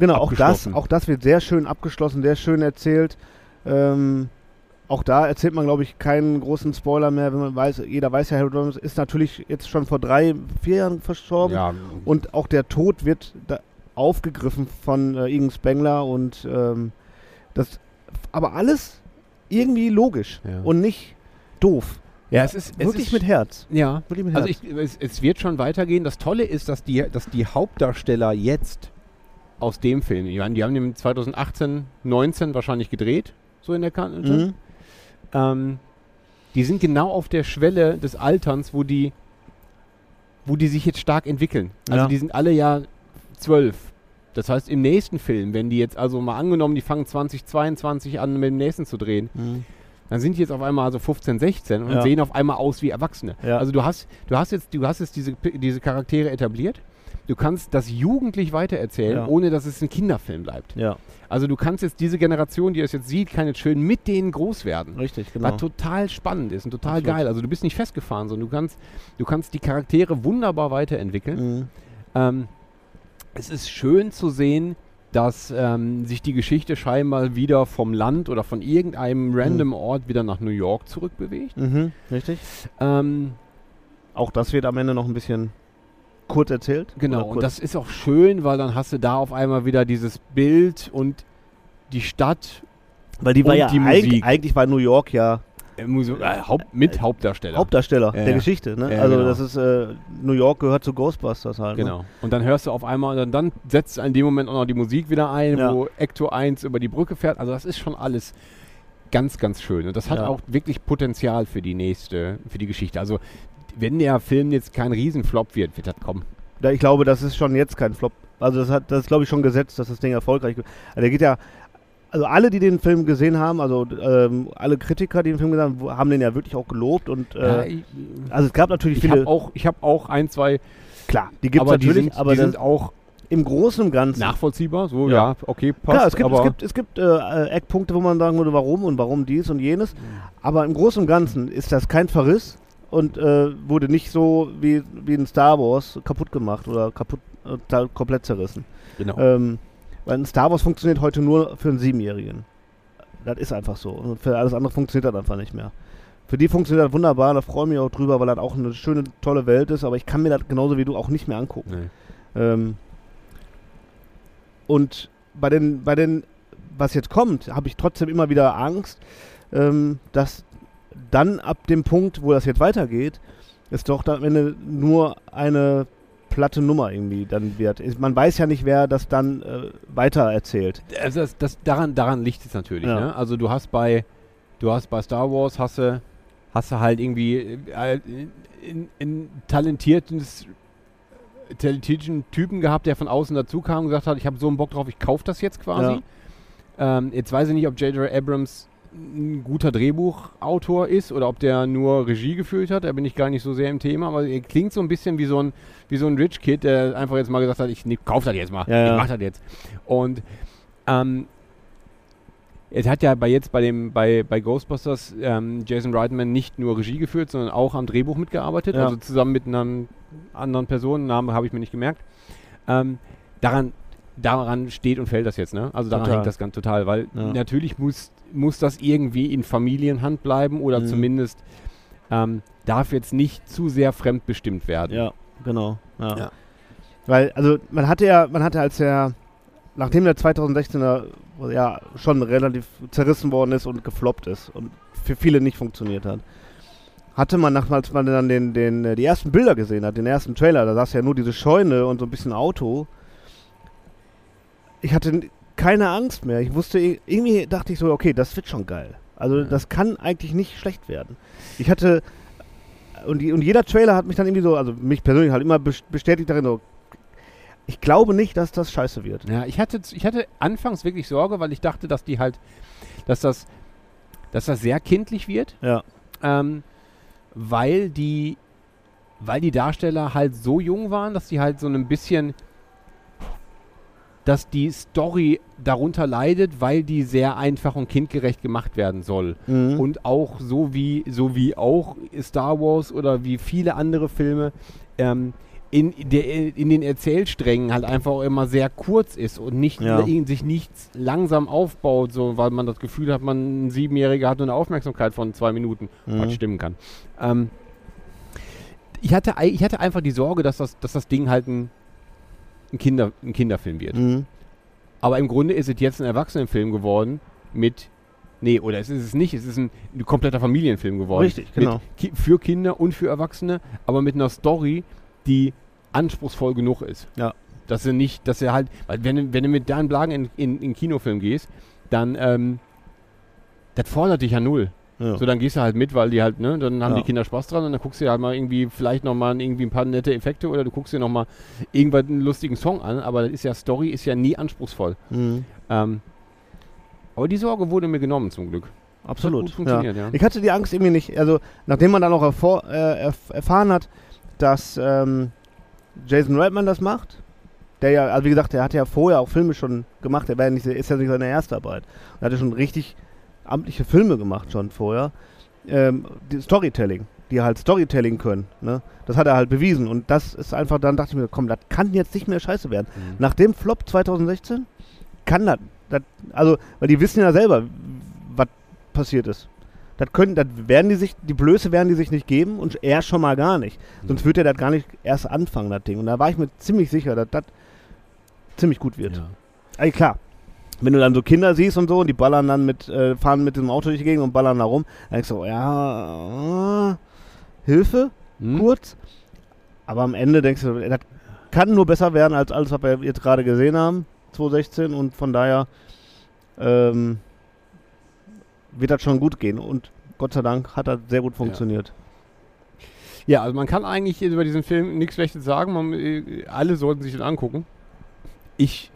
Genau, auch das,
Abgeschlossen.
auch das wird sehr schön abgeschlossen, sehr schön erzählt. Ähm, auch da erzählt man, glaube ich, keinen großen Spoiler mehr, wenn man weiß, jeder weiß ja, Harold Ramis ist natürlich jetzt schon vor drei, vier Jahren verstorben.
Ja,
Und auch der Tod wird da aufgegriffen von äh, Ingen Spengler und ähm, das, aber alles irgendwie logisch
Ja.
und nicht doof.
ja es ist es
Wirklich
ist,
mit Herz.
ja.
Wirklich mit
Also
Herz.
ich, es, es wird schon weitergehen. Das Tolle ist, dass die, dass die Hauptdarsteller jetzt aus dem Film, die haben, die haben den 2018, 19 wahrscheinlich gedreht, so in der Kante.
mhm.
ähm, die sind genau auf der Schwelle des Alterns, wo die, wo die sich jetzt stark entwickeln. Also
Ja.
die sind alle ja zwölf. Das heißt, im nächsten Film, wenn die jetzt also mal angenommen, die fangen 2022 an, mit dem nächsten zu drehen,
Mhm.
dann sind die jetzt auf einmal also 15, 16 und
Ja.
sehen auf einmal aus wie Erwachsene.
Ja.
Also du hast, du hast jetzt, du hast jetzt diese, diese Charaktere etabliert. Du kannst das jugendlich weitererzählen,
Ja.
ohne dass es ein Kinderfilm bleibt.
Ja,
Also du kannst jetzt diese Generation, die es jetzt sieht, kann jetzt schön mit denen groß werden.
richtig, genau.
Was total spannend ist und total
Absolut.
geil. Also du bist nicht festgefahren, sondern du kannst, du kannst die Charaktere wunderbar weiterentwickeln.
Mhm.
Ähm, es ist schön zu sehen, dass ähm, sich die Geschichte scheinbar wieder vom Land oder von irgendeinem random Ort wieder nach New York zurückbewegt.
Mhm. Richtig.
Ähm,
Auch das wird am Ende noch ein bisschen kurz erzählt.
genau,
Oder
und
kurz.
das ist auch schön, weil dann hast du da auf einmal wieder dieses Bild und die Stadt
Weil die war
und
ja
die
eig-
Musik.
eigentlich war New York ja
äh, muss- äh, Haupt, mit Hauptdarsteller.
Hauptdarsteller
Ja,
der
ja.
Geschichte. Ne?
Ja,
also
genau.
das ist äh, New York gehört zu Ghostbusters halt. Ne?
Genau. Und dann hörst du auf einmal, und dann, dann setzt in dem Moment auch noch die Musik wieder ein,
Ja.
wo Ecto 1 über die Brücke fährt. Also das ist schon alles ganz, ganz schön. Und das hat
Ja.
auch wirklich Potenzial für die nächste, für die Geschichte. Also wenn der Film jetzt kein Riesenflop wird, wird das kommen.
Da, ich glaube, das ist schon jetzt kein Flop. Also das hat, das ist, glaube ich, schon gesetzt, dass das Ding erfolgreich wird. Also der geht ja, also alle, die den Film gesehen haben, also ähm, alle Kritiker, die den Film gesehen haben, wo- haben den ja wirklich auch gelobt und
Ja,
äh,
ich
also es gab natürlich
ich
viele,
habe auch, ich hab auch ein, zwei,
klar, die gibt es
aber die
natürlich,
sind,
aber
die
das
sind auch
im Großen und Ganzen.
nachvollziehbar. So,
Ja.
ja, okay, passt.
Klar, es gibt,
aber
es gibt, es gibt äh, Eckpunkte, wo man sagen würde, warum und warum dies und
Mhm.
jenes. Aber im Großen und Ganzen ist das kein Verriss und äh, wurde nicht so wie, wie in Star Wars kaputt gemacht oder kaputt total komplett zerrissen.
Genau.
Ähm, weil ein Star Wars funktioniert heute nur für einen Siebenjährigen. Das ist einfach so. Und für alles andere funktioniert das einfach nicht mehr. Für die funktioniert das wunderbar, da freue ich mich auch drüber, weil das auch eine schöne, tolle Welt ist, aber ich kann mir das genauso wie du auch nicht mehr angucken.
Nee.
Ähm, und bei den, bei den, was jetzt kommt, habe ich trotzdem immer wieder Angst, ähm, dass dann ab dem Punkt, wo das jetzt weitergeht, es doch dann am Ende nur eine platte Nummer irgendwie dann wird. Ist- Man weiß ja nicht, wer das dann äh, weiter erzählt.
Also das, das, daran, daran liegt es natürlich.
Ja.
Ne? Also du hast bei, du hast bei Star Wars hast du, hast du halt irgendwie äh, in- in talentierten talentierten Typen gehabt, der von außen dazu kam und gesagt hat, ich habe so einen Bock drauf, ich kaufe das jetzt quasi. Ähm, jetzt weiß ich nicht, ob J.J. Abrams ein guter Drehbuchautor ist oder ob der nur Regie geführt hat, da bin ich gar nicht so sehr im Thema, aber er klingt so ein bisschen wie so ein, wie so ein Rich Kid, der einfach jetzt mal gesagt hat, ich ne, kauf das jetzt mal,
Ja, ja.
ich mach das jetzt. Und ähm, es hat ja bei jetzt bei dem bei, bei Ghostbusters ähm, Jason Reitman nicht nur Regie geführt, sondern auch am Drehbuch mitgearbeitet,
Ja.
also zusammen mit einer anderen Person, Namen habe ich mir nicht gemerkt. Ähm, daran, daran steht und fällt das jetzt, ne? Also daran
Total.
hängt das ganz total, weil
Ja.
natürlich muss, muss das irgendwie in Familienhand bleiben oder
Mhm.
zumindest ähm, darf jetzt nicht zu sehr fremdbestimmt werden.
Ja, genau. Ja.
Ja.
Weil, also man hatte ja, man hatte als der, nachdem der 2016er ja schon relativ zerrissen worden ist und gefloppt ist und für viele nicht funktioniert hat, hatte man, nach- als man dann den, den, äh, die ersten Bilder gesehen hat, den ersten Trailer, da saß ja nur diese Scheune und so ein bisschen Auto. Ich hatte n- keine Angst mehr. Ich wusste, i- irgendwie dachte ich so, okay, das wird schon geil. Also
Ja.
das kann eigentlich nicht schlecht werden. Ich hatte äh, und, die- und jeder Trailer hat mich dann irgendwie so, also mich persönlich halt immer bes- bestätigt darin, so, ich glaube nicht, dass das scheiße wird.
Ja, ich hatte, ich hatte anfangs wirklich Sorge, weil ich dachte, dass die halt, dass das, dass das sehr kindlich wird.
Ja.
Ähm, weil die, weil die Darsteller halt so jung waren, dass die halt so ein bisschen, dass die Story darunter leidet, weil die sehr einfach und kindgerecht gemacht werden soll.
Mhm.
Und auch so wie, so wie auch Star Wars oder wie viele andere Filme ähm, in, der, in den Erzählsträngen halt einfach auch immer sehr kurz ist und nicht,
Ja.
in sich nichts langsam aufbaut, so, weil man das Gefühl hat, man ein Siebenjähriger hat nur eine Aufmerksamkeit von zwei Minuten,
Mhm.
was stimmen kann. Ähm, ich, hatte, ei- ich hatte einfach die Sorge, dass das, dass das Ding halt ein, ein, Kinder, ein Kinderfilm wird.
Mhm.
Aber im Grunde ist es jetzt ein Erwachsenenfilm geworden mit. Nee, oder es ist es nicht. Es ist ein, ein kompletter Familienfilm geworden.
Richtig, genau.
Mit, Ki- für Kinder und für Erwachsene, aber mit einer Story, die anspruchsvoll genug ist.
Ja.
Dass er nicht, dass er halt, weil wenn, du- wenn du mit Dan Blagen in, in, in Kinofilm gehst, dann, ähm, das fordert dich ja null.
Ja.
So, dann gehst du halt mit, weil die halt, ne, dann haben
Ja.
die Kinder Spaß dran und dann guckst du dir halt mal irgendwie vielleicht nochmal irgendwie ein paar nette Effekte oder du guckst dir nochmal irgendwann einen lustigen Song an, aber das ist ja, Story ist ja nie anspruchsvoll.
Mhm.
Ähm, aber die Sorge wurde mir genommen zum Glück.
Absolut.
Hat gut funktioniert, ja.
Ich hatte die Angst irgendwie nicht. Also, nachdem man dann auch erfor- äh, erf erfahren hat, dass ähm, Jason Reitman das macht, der ja, also wie gesagt, der hatte ja vorher auch Filme schon gemacht. Der war ja nicht, ist ja nicht seine erste Arbeit. Er hatte schon richtig amtliche Filme gemacht, schon vorher. Ähm, die Storytelling, die halt Storytelling können. Ne? Das hat er halt bewiesen. Und das ist einfach, dann dachte ich mir, komm, das kann jetzt nicht mehr scheiße werden.
Mhm.
Nach dem Flop 2016 kann das. das- Also, weil die wissen ja selber, was passiert ist. Das können, das werden die sich, die Blöße werden die sich nicht geben und er schon mal gar nicht.
Mhm.
Sonst wird er das gar nicht erst anfangen, das Ding. Und da war ich mir ziemlich sicher, dass das ziemlich gut wird.
Ja.
Ey, klar. Wenn du dann so Kinder siehst und so und die ballern dann mit, äh, fahren mit dem Auto durch die Gegend und ballern da rum, dann denkst du, oh, ja, äh, Hilfe,
Hm?
kurz. Aber am Ende denkst du, das kann nur besser werden als alles, was wir jetzt gerade gesehen haben, 2016. Und von daher ähm, wird das schon gut gehen. Und Gott sei Dank hat das sehr gut funktioniert.
ja, also man kann eigentlich über diesen Film nichts Schlechtes sagen. Man, äh, alle sollten sich den angucken. Ich.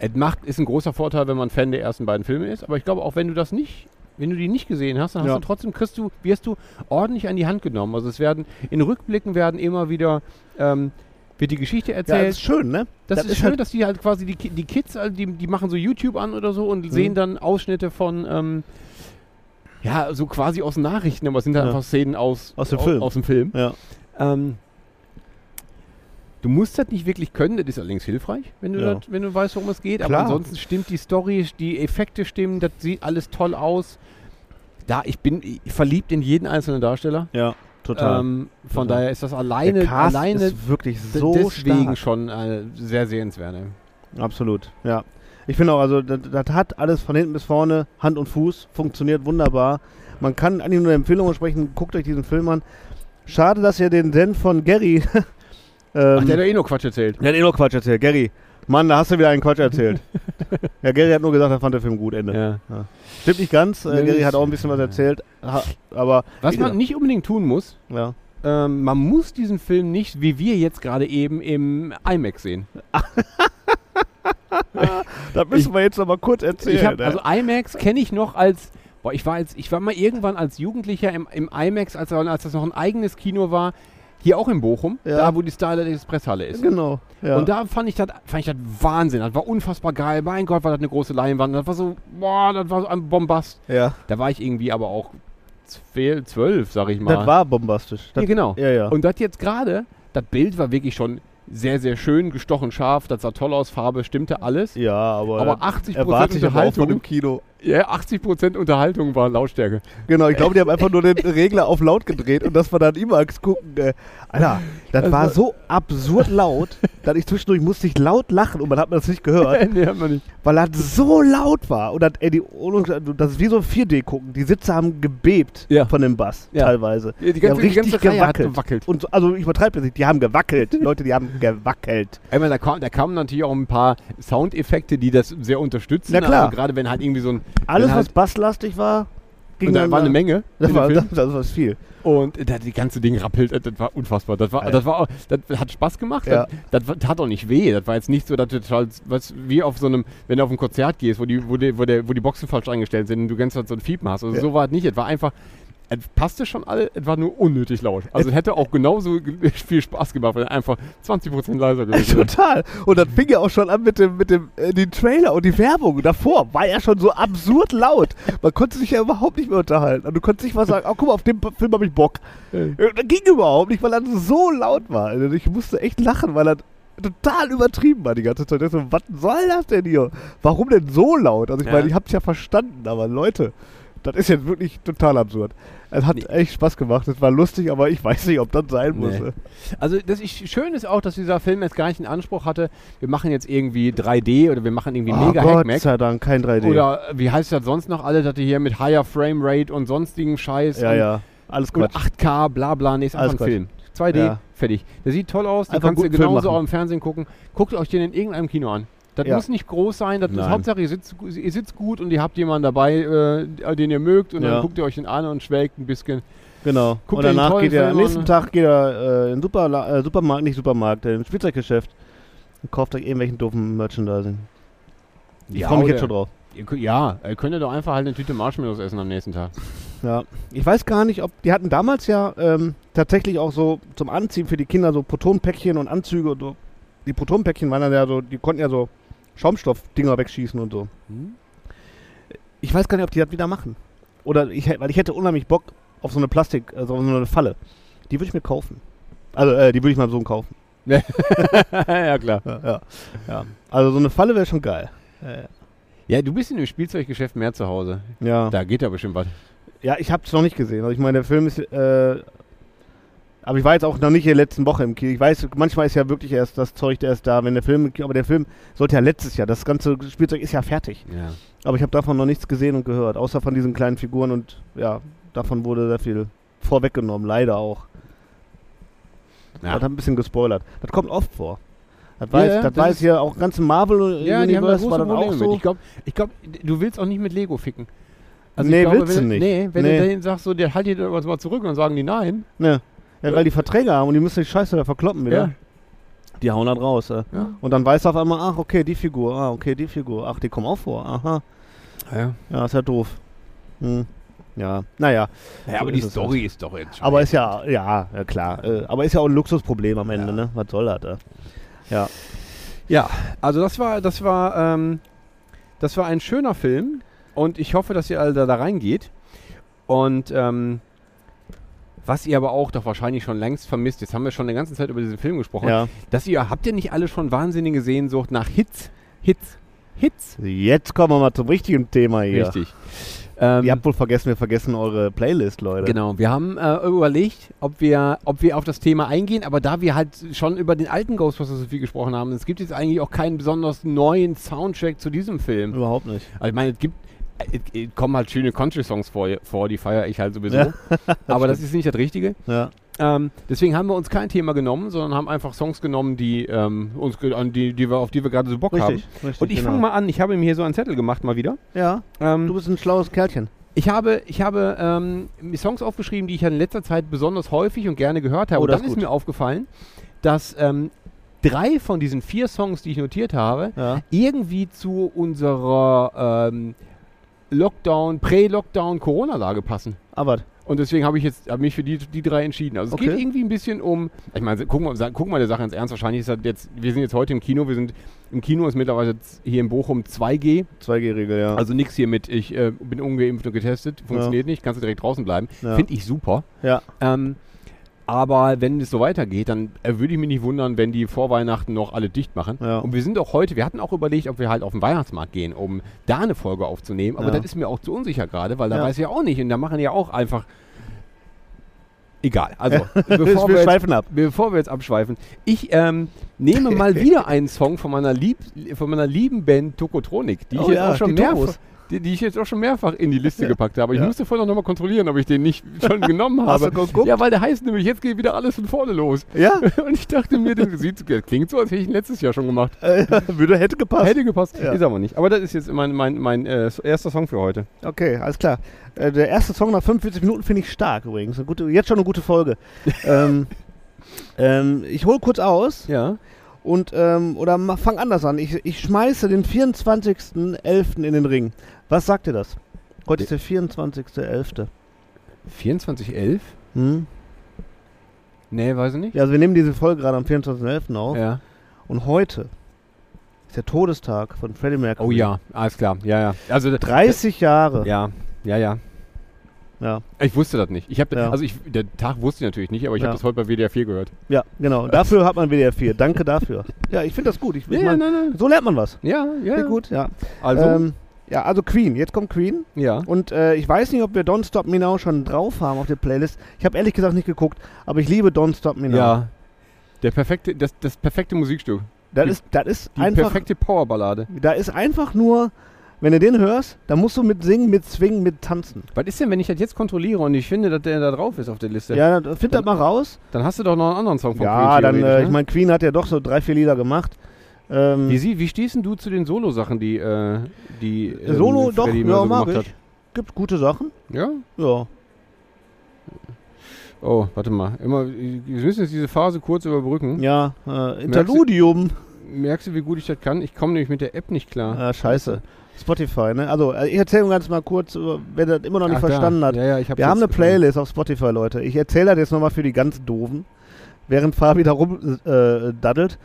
Es macht, ist ein großer Vorteil, wenn man Fan der ersten beiden Filme ist. Aber ich glaube, auch wenn du das nicht, wenn du die nicht gesehen hast, dann hast
Ja.
du trotzdem kriegst du, wirst du ordentlich an die Hand genommen. Also es werden in Rückblicken werden immer wieder ähm, wird die Geschichte
Ja,
erzählt.
das ist schön, ne?
Das,
Das
ist,
ist
schön,
halt-
dass die halt quasi die, Ki- die Kids, also die, die machen so YouTube an oder so
Mhm.
und sehen dann Ausschnitte von, ähm, ja, so quasi aus Nachrichten, aber es sind halt
Ja.
einfach Szenen aus,
Aus dem Film.
Aus, dem Film.
Ja.
Ähm, du Du musst das nicht wirklich können, das ist allerdings hilfreich, wenn du,
Ja.
das, wenn du weißt, worum es geht.
Klar.
Aber ansonsten stimmt die Story, die Effekte stimmen, das sieht alles toll aus. Da, ich bin äh, verliebt in jeden einzelnen Darsteller.
Ja, total.
Ähm, von
Total.
daher ist das
Der
alleine,
Cast
alleine
ist wirklich
d-
so
deswegen
stark.
schon äh, sehr sehenswert. ne?
Absolut, ja. Ich finde auch, also das, das hat alles von hinten bis vorne, Hand und Fuß, funktioniert wunderbar. Man kann eigentlich nur eine Empfehlung sprechen, guckt euch diesen Film an. Schade, dass ihr den Zen von Gary. [LAUGHS] ähm,
Ach, der hat ja eh nur Quatsch erzählt.
der hat eh nur Quatsch erzählt. Gary, Mann, da hast du wieder einen Quatsch
[LAUGHS]
erzählt. ja, Gary hat nur gesagt, er fand den Film gut, Ende.
Ja.
Stimmt nicht ganz, äh,
Nee,
Gary
das-
hat auch ein bisschen was erzählt, ha, aber
Was
wie
man
gesagt,
nicht unbedingt tun muss,
ja.
ähm, man muss diesen Film nicht, wie wir jetzt gerade eben, im IMAX sehen.
Da müssen wir jetzt aber kurz erzählen.
Ich hab,
ne?
also IMAX kenne ich noch als, boah, ich war als, ich war mal irgendwann als Jugendlicher im, im IMAX, als, als das noch ein eigenes Kino war, hier auch in Bochum,
Ja.
da wo die Starlight Express Halle ist.
genau. Ja.
Und da fand ich das fand ich das Wahnsinn, das war unfassbar geil. Mein Gott, war das eine große Leinwand, das war so, boah, das war so ein Bombast.
ja.
Da war ich irgendwie aber auch zwölf, zwölf sag ich mal.
Das war bombastisch. Das,
ja, genau.
Ja, ja.
Und das jetzt gerade, das Bild war wirklich schon sehr, sehr schön, gestochen scharf, das sah toll aus, Farbe stimmte alles.
ja, aber,
genau. Aber 80%
erwarte ich aber auch von
Unterhaltung.
dem Kino.
Ja, 80% Unterhaltung
[LAUGHS]
war Lautstärke.
Genau, ich glaube, die haben einfach nur den Regler auf laut gedreht und dass wir dann IMAX gucken. Äh, Alter, das war
Also
so absurd laut, dass ich zwischendurch musste ich laut lachen und man hat mir das nicht gehört,
nee, hat man nicht.
weil das so laut war. Und das, ey, die, das ist wie so ein 4D gucken. Die Sitze haben gebebt
Ja.
von dem Bass
Ja.
teilweise.
Ja, die ganze-
haben
die ganze
richtig
Reihe hat
gewackelt.
gewackelt.
Und so, also ich übertreibe das nicht, die haben gewackelt.
[LAUGHS]
Leute, die haben gewackelt.
Ich meine, da, kam, da kamen natürlich auch ein paar Soundeffekte, die das sehr unterstützen.
Na klar.
Also gerade wenn halt irgendwie so ein.
Alles,
wenn
was
halt,
basslastig war, ging
und da war eine Menge.
Das
in dem
war, das,
Film.
[LAUGHS] das war viel.
Und das die ganze Ding rappelt, Äh, das- das war unfassbar. Das, war, das, war, auch- das hat Spaß gemacht.
Ja.
Das, das tat auch nicht weh. Das war jetzt nicht so, dass du total, was, wie auf so einem, wenn du auf ein Konzert gehst, wo die, wo, die, wo, der, wo die Boxen falsch eingestellt sind und du ganz so ein Fiepen hast. Also
Ja.
so war es nicht. Es war einfach. Es passte schon alle, es war nur unnötig laut. Also es hätte auch genauso [LAUGHS] ge- viel Spaß gemacht, wenn es einfach 20% leiser gewesen
[LAUGHS]
wäre.
Total. Und dann fing ja auch schon an mit dem, mit dem äh, den Trailer und die Werbung. Davor war ja schon so absurd laut. Man konnte sich ja überhaupt nicht mehr unterhalten. Und du konntest nicht mal sagen, oh guck mal, auf dem P- Film habe ich Bock. Äh, Das ging überhaupt nicht, weil das so laut war. Also Ich musste echt lachen, weil das total übertrieben war die ganze Zeit. Ich so, was soll das denn hier? Warum denn so laut? Also ich
Ja.
meine, ich habe es ja verstanden, aber Leute, das ist jetzt wirklich total absurd. Es hat echt Spaß gemacht, es war lustig, aber ich weiß nicht, ob das sein
Nee.
muss. äh.
Also das ist schön ist auch, dass dieser Film jetzt gar nicht den Anspruch hatte, wir machen jetzt irgendwie 3D oder wir machen irgendwie mega
Oh Gott
Hackmack.
sei Dank, kein 3D.
Oder wie heißt das sonst noch alle, dass die hier mit higher Frame Rate und sonstigen Scheiß
Ja,
und
ja. Alles
Oder
gut.
8K, bla bla, nee, ist
Alles
einfach ein Film.
Quatsch.
2D,
Ja.
fertig. Der sieht toll aus, den
Einfach
kannst du
guten Film
genauso
machen.
auch im Fernsehen gucken. Guckt euch den in irgendeinem Kino an. Das
Ja.
muss nicht groß sein, das ist
Nein.
Hauptsache, ihr sitzt, gu- ihr sitzt gut und ihr habt jemanden dabei, äh, den ihr mögt und
Ja.
dann guckt ihr euch den an und schwelgt ein bisschen.
genau. und
Guckt ihr den
danach
tollen
geht er, am
Film
nächsten
an?
Tag geht er äh, in den Superla äh, Supermarkt, nicht Supermarkt, in ein Spielzeuggeschäft und kauft euch irgendwelchen doofen Merchandising. Ich freue
oh
mich jetzt schon drauf.
Ihr, könnt- ja, ihr könnt ja doch einfach halt eine Tüte Marshmallows essen am nächsten Tag.
Ja. Ich weiß gar nicht, ob die hatten damals ja ähm, tatsächlich auch so zum Anziehen für die Kinder so Protonpäckchen und Anzüge und so. Die Protonpäckchen waren dann ja so, die konnten ja so Schaumstoffdinger wegschießen und so.
Hm?
Ich weiß gar nicht, ob die das wieder machen. Oder ich, hätt- weil ich hätte unheimlich Bock auf so eine Plastik, also auf so eine Falle. Die würde ich mir kaufen. Also, äh, die würde ich meinem Sohn kaufen.
ja, klar.
[LAUGHS] Ja, ja, ja. Also so eine Falle wäre schon geil.
Ja, du bist in dem Spielzeuggeschäft mehr zu Hause.
Ja.
Da geht ja bestimmt was.
Ja, ich habe es noch nicht gesehen. Also ich meine, der Film ist. Äh, aber ich war jetzt auch noch nicht in der letzten Woche im Kino. Ich weiß, manchmal ist ja wirklich erst das Zeug erst da, wenn der Film. im Kino- Aber der Film sollte ja letztes Jahr. Das ganze Spielzeug ist ja fertig.
Ja.
Aber ich habe davon noch nichts gesehen und gehört, außer von diesen kleinen Figuren und ja, davon wurde sehr viel vorweggenommen, leider auch.
Ja.
Das hat ein bisschen gespoilert. Das kommt oft vor. Das weiß,
ja,
das
das
weiß
ist-
hier auch ganze Marvel
Ja, die haben da
Universe
große
war dann
Probleme
auch so.
mit. Ich glaube, ich glaub, du willst auch nicht mit Lego ficken. Also
Nee,
ich
willst du
wenn,
nicht.
Nee, wenn
Nee.
du denen sagst, so, der halt dir doch was mal zurück und dann sagen die nein.
Ne. Ja, weil die Verträge haben und die müssen die Scheiße da verkloppen wieder.
Ja.
Die hauen dann raus. Äh.
Ja.
Und dann weißt du auf einmal, ach, okay, die Figur, ah, okay, die Figur, ach, die kommen auch vor, aha.
Ja.
Ja, ist ja doof. Hm. Ja, naja. So
aber
ist
die
es
Story ist doch jetzt
Halt. Aber ist ja, ja, ja klar. Äh, aber ist ja auch ein Luxusproblem am Ende,
Ja.
ne? Was soll das? Äh?
Ja, also das war, das war, ähm, das war ein schöner Film und ich hoffe, dass ihr alle da, da reingeht. Und ähm, Was ihr aber auch doch wahrscheinlich schon längst vermisst, jetzt haben wir schon eine ganze Zeit über diesen Film gesprochen,
Ja.
dass ihr, habt ihr nicht alle schon wahnsinnige Sehnsucht nach Hits, Hits, Hits?
Jetzt kommen wir mal zum richtigen Thema hier.
Richtig. Ähm,
Ihr habt wohl vergessen, wir vergessen eure Playlist, Leute.
Genau, wir haben äh, überlegt, ob wir, ob wir auf das Thema eingehen, aber da wir halt schon über den alten Ghostbusters so viel gesprochen haben, es gibt jetzt eigentlich auch keinen besonders neuen Soundtrack zu diesem Film.
Überhaupt nicht.
Also ich meine, es gibt, äh, äh, kommen halt schöne Country-Songs vor, vor, die feiere ich halt sowieso,
Ja, [LAUGHS]
aber das ist nicht das Richtige.
Ja.
Ähm, deswegen haben wir uns kein Thema genommen, sondern haben einfach Songs genommen, die ähm, uns, ge- an die, die wir, auf die wir gerade so Bock haben.
Richtig, richtig.
Und ich
genau.
fange mal an, ich habe mir hier so einen Zettel gemacht mal wieder.
Ja,
Ähm,
du bist ein schlaues Kerlchen.
ich habe, ich habe ähm, mir Songs aufgeschrieben, die ich in letzter Zeit besonders häufig und gerne gehört habe.
Oh,
und
das
dann
ist
ist
gut.
mir aufgefallen, dass ähm, drei von diesen vier Songs, die ich notiert habe,
Ja.
irgendwie zu unserer ähm, Lockdown, Prä-Lockdown Corona-Lage passen.
Aber
Und deswegen habe ich jetzt hab mich für die, die drei entschieden. Also es
Okay.
geht irgendwie ein bisschen um, ich meine, gucken wir sa- gucken wir der Sache ins Ernst. Wahrscheinlich ist das jetzt, wir sind jetzt heute im Kino, wir sind im Kino ist mittlerweile jetzt hier in Bochum 2G.
2G-Regel, ja.
Also nichts hier mit, ich äh, bin ungeimpft und getestet, funktioniert nicht, kannst du direkt draußen bleiben.
Ja.
Finde ich super.
ja.
Ähm, aber wenn es so weitergeht, dann äh, würde ich mich nicht wundern, wenn die vor Weihnachten noch alle dicht machen.
Ja.
Und wir sind auch heute, wir hatten auch überlegt, ob wir halt auf den Weihnachtsmarkt gehen, um da eine Folge aufzunehmen. Aber
Ja.
das ist mir auch zu unsicher gerade, weil da
Ja.
weiß ich ja auch nicht. Und da machen ja auch einfach. Egal.
[LAUGHS]
Also,
wir,
bevor, wir jetzt,
schweifen ab.
bevor wir jetzt abschweifen, ich ähm,
[LAUGHS]
nehme mal wieder einen Song von meiner, Lieb, von meiner lieben Band Tokotronik, die ich
Oh
jetzt
ja,
auch schon
die
mehrfach.
Tokos.
Die, die ich jetzt auch schon mehrfach in die Liste gepackt habe. Ich
Ja.
musste vorhin noch mal kontrollieren, ob ich den nicht schon genommen
Hast du
habe.
geguckt?
Ja, weil der heißt nämlich, jetzt geht wieder alles von vorne los. [LAUGHS]
Ja,
Und ich dachte mir, das, sieht, das klingt so, als hätte ich ihn letztes Jahr schon gemacht.
würde hätte gepasst.
Hätte gepasst,
Ja.
ist aber nicht. Aber das ist jetzt mein, mein, mein äh, erster Song für heute.
Okay, alles klar. Äh, der erste Song nach 45 Minuten finde ich stark übrigens. Eine gute, jetzt schon eine gute Folge. ähm, ähm, ich hole kurz aus
Ja.
und ähm, oder ma- fang anders an. Ich, ich schmeiße den 24.11. in den Ring. Was sagt ihr das? Heute ist der 24.11.
2411?
Hm?
Nee, weiß ich nicht.
Ja, also wir nehmen diese Folge gerade am 24.11. auf
Ja.
und heute ist der Todestag von Freddie Mercury.
Oh ja, alles klar. Ja, ja. Also
30 Jahre.
Ja, ja, ja.
Ja.
Ich wusste das nicht. Ich hab,
Ja.
Also ich, der Tag wusste ich natürlich nicht, aber ich
Ja.
habe das heute bei WDR 4 gehört.
Ja, genau. Dafür hat man WDR 4. Danke dafür. Ja, ich finde das gut. Ich, ich mein,
nein, nein.
so lernt man was.
Ja, ja.
Sehr
ja.
gut, ja.
Also,
Ähm, ja, also Queen. Jetzt kommt Queen.
ja.
Und äh, ich weiß nicht, ob wir Don't Stop Me Now schon drauf haben auf der Playlist. Ich habe ehrlich gesagt nicht geguckt, aber ich liebe Don't Stop Me Now.
Ja. Der perfekte, das, das perfekte Musikstück.
das
die-
ist, das ist
Die
einfach,
perfekte Powerballade.
da ist einfach nur, wenn du den hörst, dann musst du mit singen, mit swingen, mit tanzen.
Was ist denn, wenn ich das jetzt kontrolliere und ich finde, dass der da drauf ist auf der Liste?
Ja, dann find das mal raus.
Dann hast du doch noch einen anderen Song von
Ja,
Queen
dann, äh,
theoretisch,
ich
ne?
meine, Queen hat ja doch so drei, vier Lieder gemacht. Ähm,
Wie, sie, wie stehst denn du zu den Solo-Sachen, die, äh, die ähm,
Solo, doch,
Freddie
ja,
mal so
mag
gemacht
ich. Gibt gute Sachen.
hat? Ja?
Ja.
Oh, warte mal. Immer, wir müssen jetzt diese Phase kurz überbrücken.
Ja, äh, Interludium.
Merkst du, wie gut ich das kann? Ich komme nämlich mit der App nicht klar.
Ah, scheiße. Spotify, ne? Also, äh, ich erzähle ganz mal kurz, äh, wer das immer noch nicht
Ach,
verstanden
da.
hat.
Ja, ja, ich hab's
Wir haben
jetzt
eine
gefunden.
Playlist auf Spotify, Leute. Ich erzähle das jetzt nochmal für die ganz Doofen, während Fabi da rum äh, daddelt.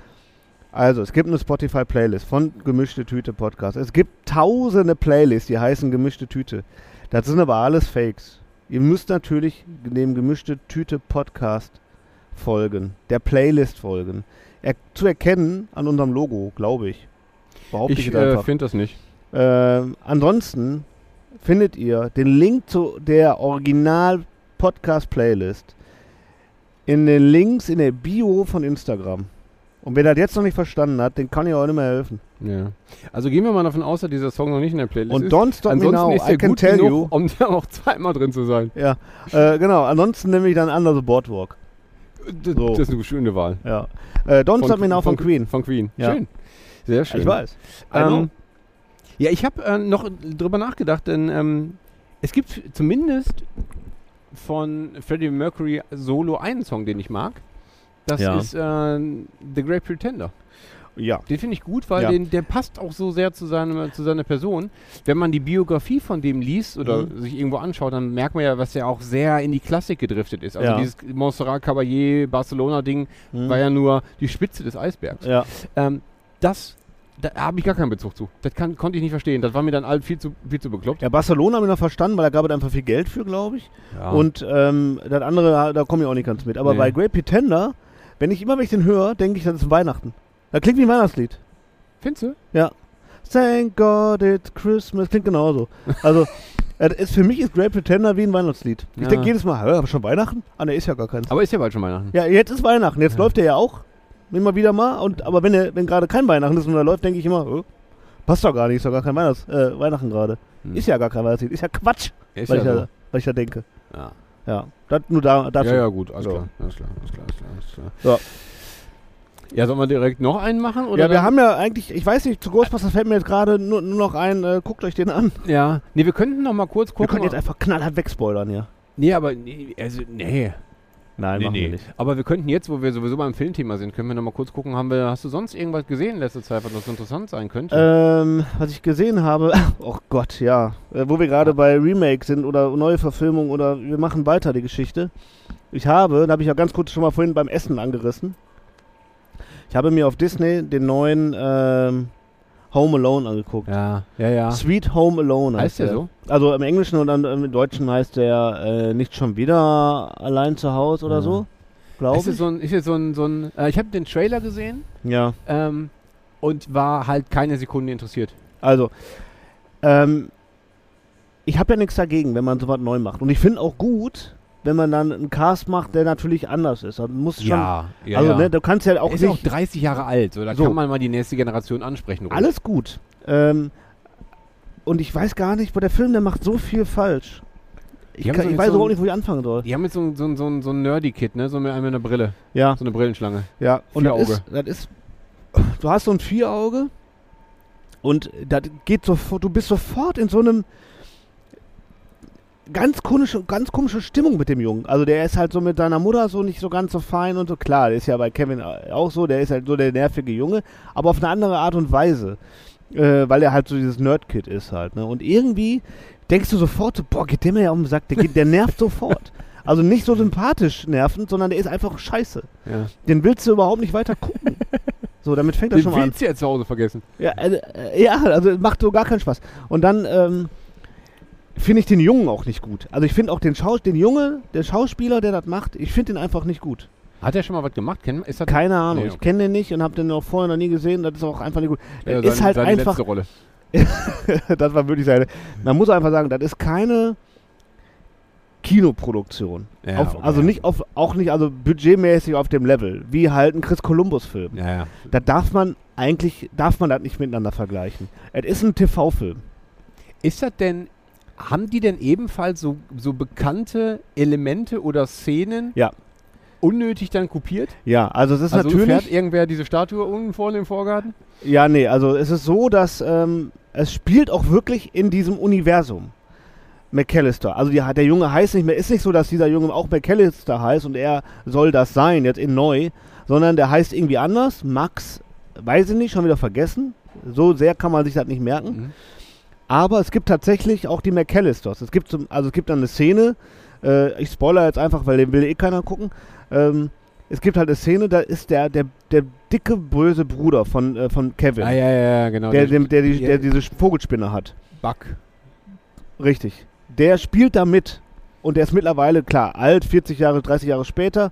Also, es gibt eine Spotify-Playlist von Gemischte Tüte Podcast. Es gibt tausende Playlists, die heißen Gemischte Tüte. Das sind aber alles Fakes. Ihr müsst natürlich dem Gemischte Tüte Podcast folgen, der Playlist folgen. Er, zu erkennen an unserem Logo, glaube ich. Behaupte
Ich
jetzt
äh, finde das nicht.
ähm, ansonsten findet ihr den Link zu der Original-Podcast-Playlist in den Links in der Bio von Instagram. Und wer das jetzt noch nicht verstanden hat, den kann ich auch nicht mehr helfen.
Ja. Also gehen wir mal davon aus, dass dieser Song noch nicht in der Playlist
Und
ist.
Don't Stop Me
Ansonsten
Now,
ist
I
der
Can
gut
Tell
genug,
You.
um da auch zweimal drin zu sein.
Ja, äh, genau. Ansonsten nehme ich dann Under the Boardwalk.
Das,
So.
das ist eine schöne Wahl.
Ja. Äh, Don't Stop Me Now von Queen.
Von Queen.
Ja.
Schön. Sehr schön.
Ich weiß.
Ähm, ja, ich habe äh, noch drüber nachgedacht, denn ähm, es gibt zumindest von Freddie Mercury solo einen Song, den ich mag. Das
Ja.
ist äh, The Great Pretender.
ja.
Den finde ich gut, weil
Ja.
den, der passt auch so sehr zu, seinem, zu seiner Person. Wenn man die Biografie von dem liest oder
Mhm.
sich irgendwo anschaut, dann merkt man ja, was ja auch sehr in die Klassik gedriftet ist. Also
Ja. Mhm.
dieses Montserrat Caballé, Barcelona-Ding war ja nur die Spitze des Eisbergs.
Ja.
Ähm, das Da habe ich gar keinen Bezug zu. Das kann, konnte ich nicht verstehen. Das war mir dann all viel zu, viel zu bekloppt.
Ja, Barcelona haben wir noch verstanden, weil da gab es einfach viel Geld für, glaube ich. Und ähm, das andere, da komme ich auch nicht ganz mit. Aber
Nee.
bei Great Pretender, wenn ich immer, wenn ich den höre, denke ich, das ist Weihnachten. Das klingt wie ein Weihnachtslied.
Findest du?
Thank God it's Christmas. Klingt genauso.
[LAUGHS]
Also, es ist, für mich ist Great Pretender wie ein Weihnachtslied. Ich
Ja.
denke jedes Mal, hä, schon Weihnachten? Ah, ne, ist ja gar keins.
Aber ist ja bald schon Weihnachten.
Ja, jetzt ist Weihnachten. Jetzt läuft er ja auch. Immer wieder mal. Und, aber wenn, er- wenn gerade kein Weihnachten ist und er läuft, denke ich immer, äh, passt doch gar nicht. Ist doch gar kein Weihnachts, äh, Weihnachten gerade.
Hm.
Ist ja gar kein Weihnachtslied. Ist ja Quatsch,
Ist
weil, ich
ja
da,
so.
weil ich da denke.
Ja.
Ja, das nur da, dazu.
Ja, ja, gut, alles
So.
klar. Alles klar, alles klar, alles klar. Alles klar.
Ja.
ja, sollen wir direkt noch einen machen? Oder
Ja, wir
dann-
haben ja eigentlich, ich weiß nicht, zu Ghostbusters fällt mir jetzt gerade nur, nur noch ein, äh, guckt euch den an.
Ja, nee, wir könnten noch mal kurz
Wir
gucken.
können jetzt einfach knallhart wegspoilern hier.
nee, aber nee, also nee,
Nein,
nee, nee. Aber wir könnten jetzt, wo wir sowieso beim Filmthema sind, können wir noch mal kurz gucken, haben wir hast du sonst irgendwas gesehen in letzter Zeit, was noch so interessant sein könnte?
Ähm, was ich gesehen habe, [LAUGHS] oh Gott, ja, äh, wo wir gerade bei Remake sind oder neue Verfilmung oder wir machen weiter die Geschichte. Ich habe, da habe ich ja ganz kurz schon mal vorhin beim Essen angerissen, ich habe mir auf Disney den neuen ähm, Home Alone angeguckt.
ja, ja, ja.
Sweet Home Alone
Heißt der so?
Also im Englischen und dann im Deutschen heißt der äh, nicht schon wieder allein zu Hause oder
Ja.
so,
Ist
glaube
jetzt
ich.
so ein, ist jetzt so ein, so ein äh, ich habe den Trailer gesehen
Ja.
ähm, und war halt keine Sekunde interessiert.
Also, ähm, ich habe ja nichts dagegen, wenn man sowas neu macht. Und ich finde auch gut, wenn man dann einen Cast macht, der natürlich anders ist. Dann muss schon.
ja,
also,
ja.
Ne, du kannst ja auch
Er ist ja auch
nicht.
30 Jahre alt, so da
So.
kann man mal die nächste Generation ansprechen. Ruth.
alles gut. Ähm, und ich weiß gar nicht, wo der Film, der macht so viel falsch. Ich,
Die haben
kann,
so
ich
jetzt
weiß
so
überhaupt
ein-
nicht, wo ich anfangen soll.
Die haben jetzt so, ein- so, ein- so, ein- so ein Nerdy-Kid, ne? So mit einem mit einer Brille.
Ja,
So eine Brillenschlange.
ja. Und das
Vierauge.
ist, das ist. Du hast so ein Vierauge und das geht sofort, du bist sofort in so einem ganz komische, ganz komische Stimmung mit dem Jungen. Also der ist halt so mit seiner Mutter so nicht so ganz so fein und so. Klar, der ist ja bei Kevin auch so, der ist halt so der nervige Junge, aber auf eine andere Art und Weise. Äh, weil er halt so dieses Nerdkid ist halt. Ne? Und irgendwie denkst du sofort so, boah, geht der mir ja auf den Sack, der, geht, der nervt sofort. Also nicht so sympathisch nervend, sondern der ist einfach scheiße.
Ja.
Den willst du überhaupt nicht weiter
[LAUGHS]
gucken. So, damit fängt das
Den
schon mal an.
willst du ja zu Hause vergessen.
Ja, also, äh, ja, also macht so gar keinen Spaß. Und dann ähm, finde ich den Jungen auch nicht gut. Also ich finde auch den, Schaus den Junge, der Schauspieler, der das macht, ich finde den einfach nicht gut.
Hat er schon mal was gemacht? Kennen- Ist das
Keine Ahnung,
Nee,
ich
okay.
kenne den nicht und habe den auch vorher noch nie gesehen. Das ist auch einfach nicht gut.
ja,
ist
äh, seine-
halt
seine
einfach, [LAUGHS]
letzte Rolle.
das war wirklich seine. Man muss einfach sagen, das ist keine Kinoproduktion.
Ja,
auf,
okay.
Also nicht auf, auch nicht, also budgetmäßig auf dem Level, wie halt ein Chris Columbus-Film.
Ja, ja.
Da darf man eigentlich, darf man das nicht miteinander vergleichen. Es ist ein TV-Film.
Ist das denn, haben die denn ebenfalls so, so bekannte Elemente oder Szenen
Ja.
unnötig dann kopiert?
Ja, also es ist
also fährt
natürlich.
irgendwer diese Statue unten vorne im Vorgarten?
Ja, nee, also es ist so, dass ähm, es spielt auch wirklich in diesem Universum. McAllister. Also die, der Junge heißt nicht mehr, ist nicht so, dass dieser Junge auch McAllister heißt und er soll das sein, jetzt in neu, sondern der heißt irgendwie anders. Max, weiß ich nicht, schon wieder vergessen. So sehr kann man sich das nicht merken.
Mhm.
Aber es gibt tatsächlich auch die McAllisters. Es gibt zum, also es gibt dann eine Szene, äh, ich spoiler jetzt einfach, weil den will eh keiner gucken. Ähm, es gibt halt eine Szene, da ist der, der, der dicke, böse Bruder von, äh, von Kevin,
Ah, ja, ja, ja, genau.
der, der, der, die-
ja.
der diese Sch- Vogelspinne hat.
Bug.
Richtig. Der spielt da mit. Und der ist mittlerweile, klar, alt, 40 Jahre, 30 Jahre später.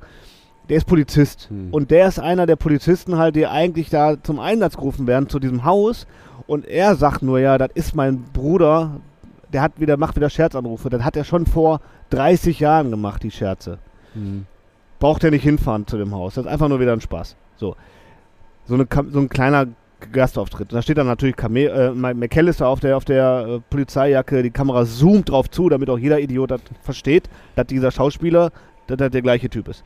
Der ist Polizist.
Hm.
Und der ist einer der Polizisten halt, die eigentlich da zum Einsatz gerufen werden, zu diesem Haus. Und er sagt nur, ja, das ist mein Bruder. Der hat wieder, macht wieder Scherzanrufe. Das hat er schon vor 30 Jahren gemacht, die Scherze.
Hm.
Braucht er nicht hinfahren zu dem Haus. Das ist einfach nur wieder ein Spaß. So. So, eine, Kam- so ein kleiner Gastauftritt. Da steht dann natürlich Kame äh, Ma- McAllister auf der, auf der äh, Polizeijacke. Die Kamera zoomt drauf zu, damit auch jeder Idiot das versteht, dass dieser Schauspieler dass das der gleiche Typ ist.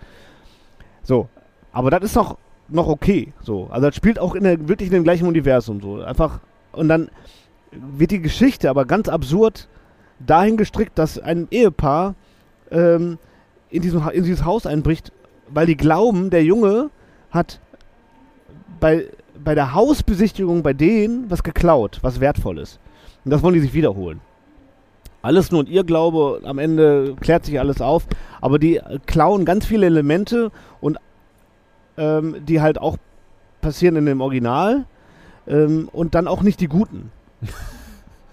So. Aber das ist noch, noch okay. So. Also das spielt auch in der, wirklich in dem gleichen Universum. So. Einfach. Und dann wird die Geschichte aber ganz absurd dahin gestrickt, dass ein Ehepaar ähm, in, diesem, Ha- in dieses Haus einbricht, weil die glauben, der Junge hat bei, bei der Hausbesichtigung bei denen was geklaut, was wertvoll ist. Und das wollen die sich wiederholen. Alles nur und ihr Glaube, am Ende klärt sich alles auf. Aber die äh, klauen ganz viele Elemente und ähm, die halt auch passieren in dem Original, Ähm, und dann auch nicht die guten.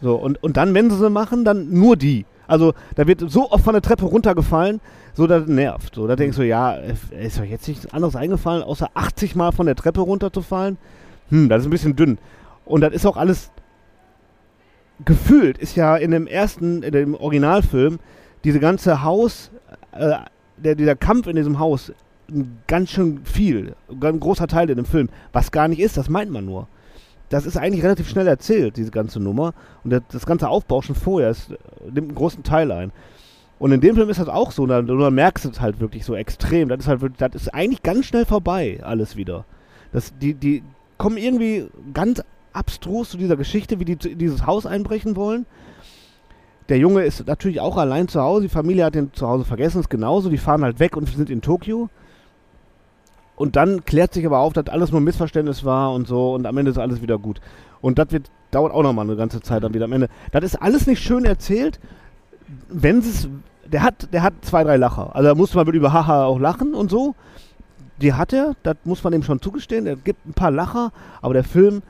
So, und, und dann, wenn sie sie machen, dann nur die. Also, da wird so oft von der Treppe runtergefallen, so, das nervt. So, da denkst du, ja, ist doch jetzt nichts anderes eingefallen, außer 80 Mal von der Treppe runterzufallen. Hm, das ist ein bisschen dünn. Und das ist auch alles gefühlt, ist ja in dem ersten, in dem Originalfilm, diese ganze Haus, äh, der, dieser Kampf in diesem Haus, ein ganz schön viel, ein großer Teil in dem Film, was gar nicht ist, das meint man nur das ist eigentlich relativ schnell erzählt, diese ganze Nummer. Und das, das ganze Aufbauschen vorher es nimmt einen großen Teil ein. Und in dem Film ist das auch so, da, da merkst du es halt wirklich so extrem. Das ist halt wirklich, das ist eigentlich ganz schnell vorbei, alles wieder. Das, die, die kommen irgendwie ganz abstrus zu dieser Geschichte, wie die zu- in dieses Haus einbrechen wollen. Der Junge ist natürlich auch allein zu Hause, die Familie hat ihn zu Hause vergessen, ist genauso, die fahren halt weg und sind in Tokio. Und dann klärt sich aber auf, dass alles nur ein Missverständnis war und so und am Ende ist alles wieder gut. Und das wird, dauert auch nochmal eine ganze Zeit dann wieder am Ende. Das ist alles nicht schön erzählt, wenn es. Der hat, der hat zwei, drei Lacher. Also da muss man mit über Haha auch lachen und so. Die hat er, das muss man ihm schon zugestehen. Er gibt ein paar Lacher, aber der Film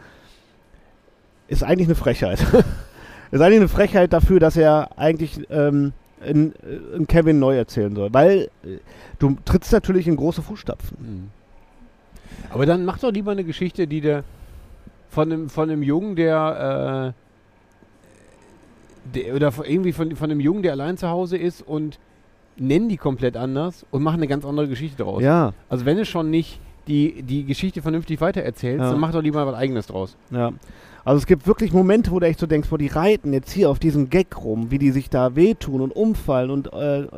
ist eigentlich eine Frechheit. [LAUGHS] ist eigentlich eine Frechheit dafür, dass er eigentlich ähm, in, in Kevin neu erzählen soll. Weil äh, du trittst natürlich in große Fußstapfen.
Mhm. Aber dann mach doch lieber eine Geschichte, die der von einem, von einem Jungen, der, äh, der oder von- irgendwie von, von einem Jungen, der allein zu Hause ist und nennen die komplett anders und machen eine ganz andere Geschichte draus.
Ja,
Also wenn du schon nicht die, die Geschichte vernünftig weitererzählst,
Ja.
dann mach doch lieber was eigenes draus.
ja. Also es gibt wirklich Momente, wo du echt so denkst, wo die reiten jetzt hier auf diesen Gag rum, wie die sich da wehtun und umfallen und äh,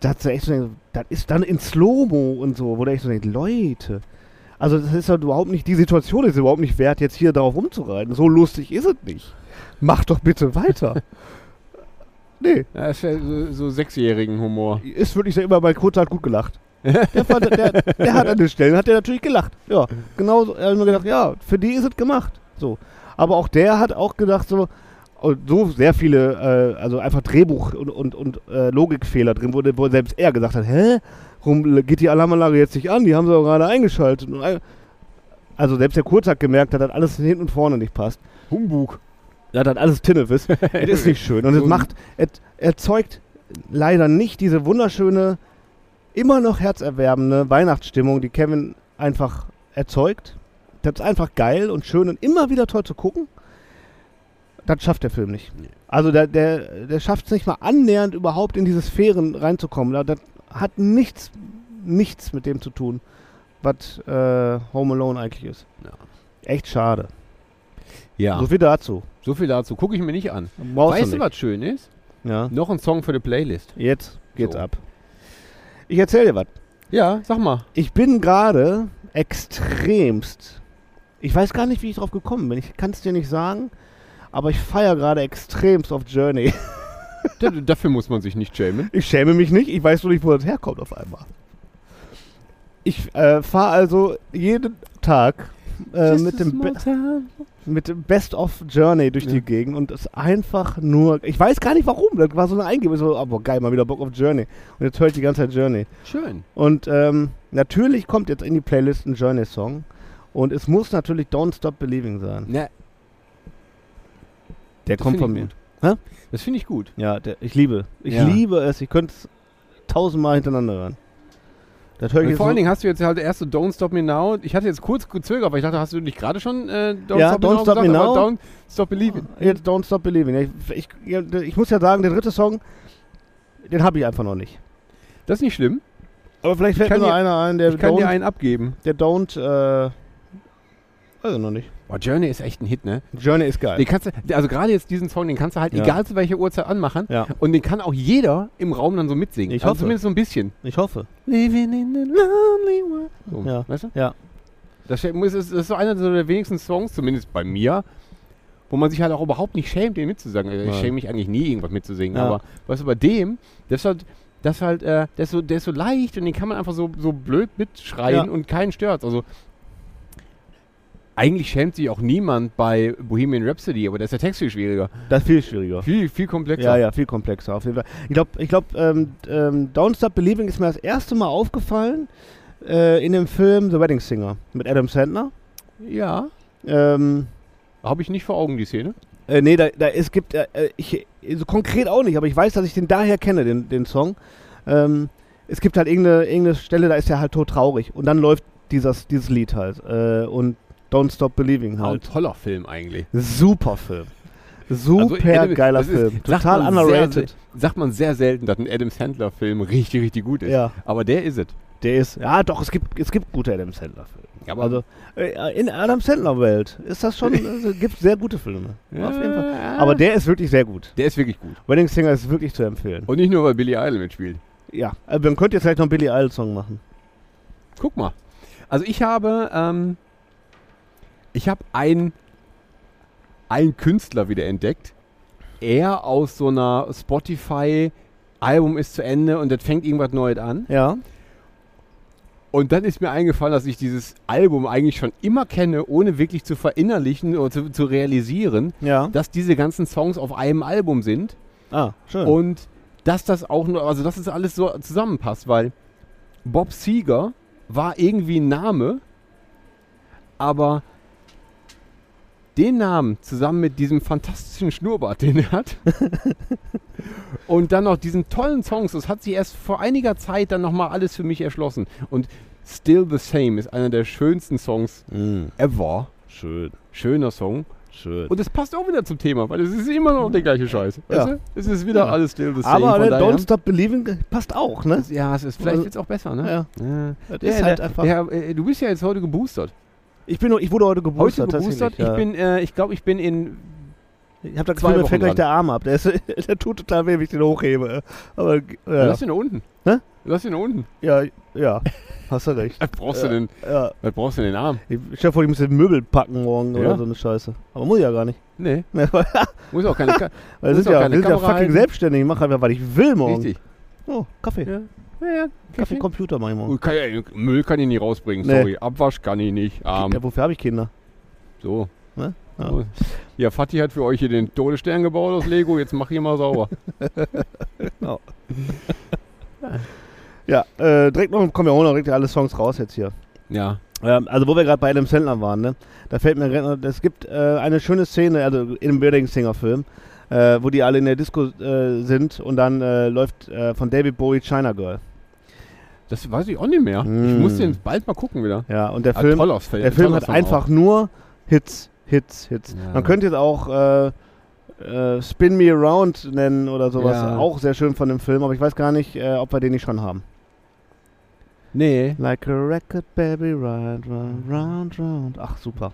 da hast du echt so denkst, das ist dann in Slow-Mo und so, wo du echt so denkst, Leute. Also das ist halt überhaupt nicht, die Situation ist überhaupt nicht wert, jetzt hier darauf rumzureiten. So lustig ist es nicht. Mach doch bitte weiter. nee,
Ja, das ist so, so sechsjährigen Humor.
ist wirklich sehr immer bei Kurz hat gut gelacht. Der, fand, der, der hat an den Stellen hat er natürlich gelacht. Ja, genau so. Er hat mir gedacht, ja, für die ist es gemacht. So. Aber auch der hat auch gedacht, so, und so sehr viele, äh, also einfach Drehbuch- und, und, und äh, Logikfehler drin, wo, wo selbst er gesagt hat, hä? Warum geht die Alarmanlage jetzt nicht an? Die haben sie doch gerade eingeschaltet. Und ein, also selbst der Kurz hat gemerkt, dass das alles hinten und vorne nicht passt.
Humbug.
Ja, dann halt alles Tinnef
[LAUGHS]
ist. es ist nicht schön. Und es
Und-
macht, es erzeugt leider nicht diese wunderschöne, immer noch herzerwärmende Weihnachtsstimmung, die Kevin einfach erzeugt. Das ist einfach geil und schön und immer wieder toll zu gucken. Das schafft der Film nicht. Also der, der, der schafft es nicht mal annähernd überhaupt in diese Sphären reinzukommen. Da- Das hat nichts, nichts mit dem zu tun, was äh, Home Alone eigentlich ist.
Ja.
Echt schade.
Ja,
So
so,
viel dazu.
viel dazu. Gucke ich mir nicht an.
Brauchst
weißt du,
nicht.
was schön ist?
Ja.
Noch ein Song für die Playlist.
Jetzt geht's
So.
ab. Ich erzähle dir was.
Ja, sag mal.
Ich bin gerade extremst. Ich weiß gar nicht, wie ich drauf gekommen bin. Ich kann es dir nicht sagen. Aber ich feiere gerade extremst auf Journey. [LAUGHS]
Da- Dafür muss man sich nicht schämen.
Ich schäme mich nicht. Ich weiß nur nicht, wo das herkommt auf einmal. Ich äh, fahre also jeden Tag äh, mit dem Be mit dem Best of Journey durch
Ja.
die Gegend und es einfach nur. Ich weiß gar nicht warum. Das war so eine Eingebung. So, aber geil, mal wieder Bock auf Journey. Und jetzt höre ich die ganze Zeit Journey.
Schön.
Und ähm, natürlich kommt jetzt in die Playlist ein Journey-Song. Und es muss natürlich Don't Stop Believing sein.
Na,
Der
das
kommt
find
von
ich
mir.
gut.
Hä?
Das finde ich gut.
Ja, der, ich liebe. Ich
Ja.
liebe es. Ich könnte es tausendmal hintereinander hören. Das höre ich
Und
jetzt
vor allen
nur-
Dingen hast du jetzt halt erst so Don't Stop Me Now. Ich hatte jetzt kurz gezögert, aber ich dachte, hast du nicht gerade schon äh, Don't
Ja,
Stop Me
Don't Stop
Now
Me
gesagt, aber
Now.
Don't Stop Believing.
Jetzt Don't Stop Believing. Ich, ich, ja, ich muss ja sagen, der dritte Song, den habe ich einfach noch nicht.
Das ist nicht schlimm.
Aber vielleicht
fällt
fällt mir
mir
noch einer ein, der
Ich kann dir
Don't.
einen abgeben.
Der Don't. Äh, weiß ich noch nicht.
Boah, Journey ist echt ein Hit, ne?
Journey ist geil.
Den kannst du, also gerade jetzt diesen Song, den kannst du halt
Ja.
egal zu welcher Uhrzeit anmachen.
Ja.
Und den kann auch jeder im Raum dann so mitsingen.
Ich
also
hoffe.
Zumindest so ein bisschen.
Ich hoffe.
Living in the lonely world. So,
Ja.
Weißt du?
Ja.
Das steht- muss- das ist so einer so der wenigsten Songs, zumindest bei mir, wo man sich halt auch überhaupt nicht schämt, den mitzusagen. Also Ich
Nein.
schäme mich eigentlich nie, irgendwas mitzusingen.
Ja.
Aber weißt du, bei dem, der ist halt, das ist halt, äh, der, ist so, der ist so leicht und den kann man einfach so, so blöd mitschreien
Ja.
und keinen stört. Also eigentlich schämt sich auch niemand bei Bohemian Rhapsody, aber da ist der Text viel schwieriger,
Das ist viel schwieriger.
viel, viel komplexer.
Ja, ja, viel komplexer auf jeden Fall. Ich glaube, ich glaub, ähm, ähm, Don't Stop Believing ist mir das erste Mal aufgefallen äh, in dem Film The Wedding Singer mit Adam Sandler.
Ja.
Ähm,
Habe ich nicht vor Augen, die Szene.
äh, nee, da, da, es gibt, äh, äh, ich, so konkret auch nicht, aber ich weiß, dass ich den daher kenne, den, den Song. Ähm, es gibt halt irgendeine, irgendeine Stelle, da ist er halt tot traurig. Und dann läuft dieses, dieses Lied halt. Äh, und Don't Stop Believing
Ah, Ein
halt.
toller Film eigentlich.
Super Film.
Halt. Also,
Super
Adam-
geiler
das ist-
Film.
sagt
Total
man sehr
underrated.
se- sagt man sehr selten, dass ein Adam Sandler-Film richtig, richtig gut ist.
Ja.
Aber der ist es.
Der ist, ja doch, es gibt, es gibt gute Adam Sandler-Filme.
Ja, aber-
Also äh, in Adam Sandler-Welt ist das
[LAUGHS]
schon, also, gibt sehr gute Filme. Auf jeden Fall. Aber der ist wirklich sehr gut.
Der ist wirklich gut.
Wedding Singer ist wirklich zu empfehlen.
Und nicht nur, weil Billy Idol mitspielt.
Ja, äh, man könnte jetzt vielleicht noch einen Billy Idol-Song machen.
Guck mal. Also ich habe, ähm, ich habe ein, einen Künstler wieder entdeckt. Er aus so einer Spotify Album ist zu Ende und das fängt irgendwas Neues an.
Ja.
Und dann ist mir eingefallen, dass ich dieses Album eigentlich schon immer kenne, ohne wirklich zu verinnerlichen oder zu, zu realisieren,
Ja.
dass diese ganzen Songs auf einem Album sind.
Ah, schön.
Und dass das auch nur, also dass es das alles so zusammenpasst, weil Bob Seeger war irgendwie ein Name, aber den Namen zusammen mit diesem fantastischen Schnurrbart, den er hat, und dann noch diesen tollen Songs, das hat sich erst vor einiger Zeit dann nochmal alles für mich erschlossen. Und Still the Same ist einer der schönsten Songs
Mhm.
ever.
schön,
Schöner Song.
schön.
Und es passt auch wieder zum Thema, weil es ist immer noch der gleiche Scheiß. Weißt
Ja.
du? Es ist wieder
Ja.
alles still the same.
Aber
von
ne,
daher-
Don't Stop Believing passt auch, ne?
ja, es ist, vielleicht wird es auch besser, ne?
Ja.
Ja.
Das
Ja,
ist
der-
halt einfach.
der- äh, du bist ja jetzt heute geboostert.
Ich, bin, nur- ich wurde heute geboostert.
Heute geboostert.
tatsächlich,
Ich
ja.
bin, äh, ich glaube, ich bin in.
Ich habe da Gefühl,
zwei
mir
Wochen
fällt gleich
dran.
der Arm ab. Der, ist, [LAUGHS] der tut total weh, wenn ich den hochhebe. Aber ja,
Lass ihn nach unten.
Hä?
Lass ihn nach unten.
ja, ja. hast du
[LAUGHS]
recht.
Was brauchst,
Ja.
du denn,
Ja.
was brauchst du denn den Arm?
Ich stell vor, ich muss den Möbel packen morgen
Ja.
oder so eine Scheiße. Aber muss ich ja gar nicht. [LAUGHS]
Nee,
Ne, Weil
muss auch keine. Ka
weil
Muss
sind
auch
ja,
keine
wir sind ja
Kamera
fucking
halten.
selbstständig. Ich mache einfach, was ich will [LAUGHS] morgen.
Richtig.
Oh, Kaffee.
Ja. Ja, ja.
Kaffee, Computer mache ich morgen.
Gut, kann, ja- Müll kann ich nicht rausbringen,
Nee.
sorry. Abwasch kann ich nicht. Arm.
Ja, wofür habe ich Kinder?
So.
Ne? Ja.
Ja. ja, Fatih hat für euch hier den Todesstern gebaut aus Lego. Jetzt mach hier mal
[LAUGHS]
sauber.
Ja, äh, direkt noch, kommen wir auch noch direkt alle Songs raus jetzt hier.
Ja.
Ähm, also wo wir gerade bei Adam Sandler waren, ne? da fällt mir gerade noch- es gibt äh, eine schöne Szene, also im Wedding Singer Film, äh, wo die alle in der Disco äh, sind und dann äh, läuft äh, von David Bowie China Girl.
Das weiß ich auch nicht mehr. Ich
Hm.
muss den bald mal gucken wieder.
Ja, und der
Ah,
Film,
toller Film,
der Film
toller
hat
Song
einfach nur Hits, Hits, Hits.
Ja.
Man könnte jetzt auch äh, äh, Spin Me Around nennen oder sowas,
Ja.
auch sehr schön von dem Film, aber ich weiß gar nicht, äh, ob wir den nicht schon haben.
Nee.
Like a record, baby, round, round, round, round. Ach, super.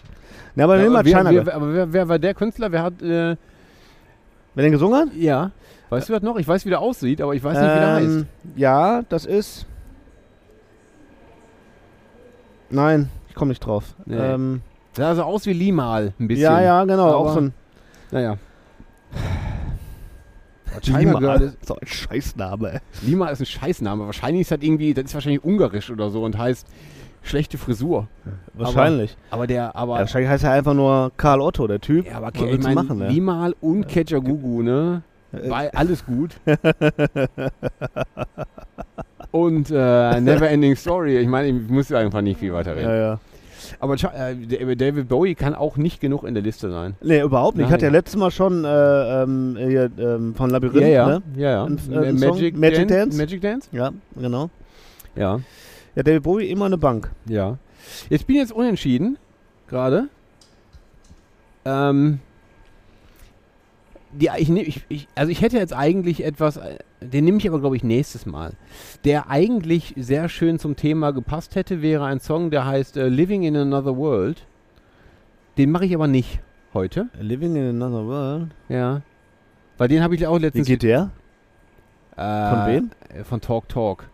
Ja, aber
Ja,
nehmen wir
aber wer,
China Girl.
wer, aber wer, wer war der Künstler? Wer hat. Äh,
Wer den gesungen hat?
ja. Weißt du das noch? Ich weiß, wie der aussieht, aber ich weiß nicht, wie der
Ähm,
heißt.
Ja, das ist. Nein, ich komme nicht drauf.
Nee.
Ähm,
Der sah so aus wie Limal ein bisschen.
ja, ja, genau.
Aber
Auch so ein
Naja.
Lima.
Limal. Girl
[LAUGHS]
[LAUGHS]
So ein Scheißname. ey.
ist, Limal ist ein Scheißname. Wahrscheinlich ist das irgendwie. Das ist wahrscheinlich ungarisch oder so und heißt schlechte Frisur.
Wahrscheinlich.
Aber der.
Ja,
Aber.
wahrscheinlich heißt er einfach nur Karl Otto, der Typ.
Ja, aber
Was
Ke- ich
willst du
meine,
machen, ne? Äh.
Limal und Ketchagugu, ne? Bei alles gut. und äh, Neverending Story. Ich meine, ich muss einfach nicht viel weiter reden.
Ja, ja.
Aber Cha- äh, David Bowie kann auch nicht genug in der Liste sein.
Nee, überhaupt nicht. Ich
Nein.
hatte ja letztes Mal schon äh, ähm, hier, ähm, von Labyrinth, ne?
ja, ja.
Ein-
Ma-
ein Song?
Magic,
Magic
Dan-
Dance?
Magic Dance?
Ja, genau.
Ja,
Ja, David Bowie immer eine Bank.
ja. Jetzt bin ich jetzt unentschieden, gerade. Ähm, die, ich, nehm- ich, ich, also ich hätte jetzt eigentlich etwas, äh, den nehme ich aber, glaube ich, nächstes Mal. Der eigentlich sehr schön zum Thema gepasst hätte, wäre ein Song, der heißt äh, Living in Another World. Den mache ich aber nicht heute.
Living in another world.
Ja. Weil den habe ich auch
Wie
letztens
geht der?
Äh,
Von wem?
äh, Von Talk Talk.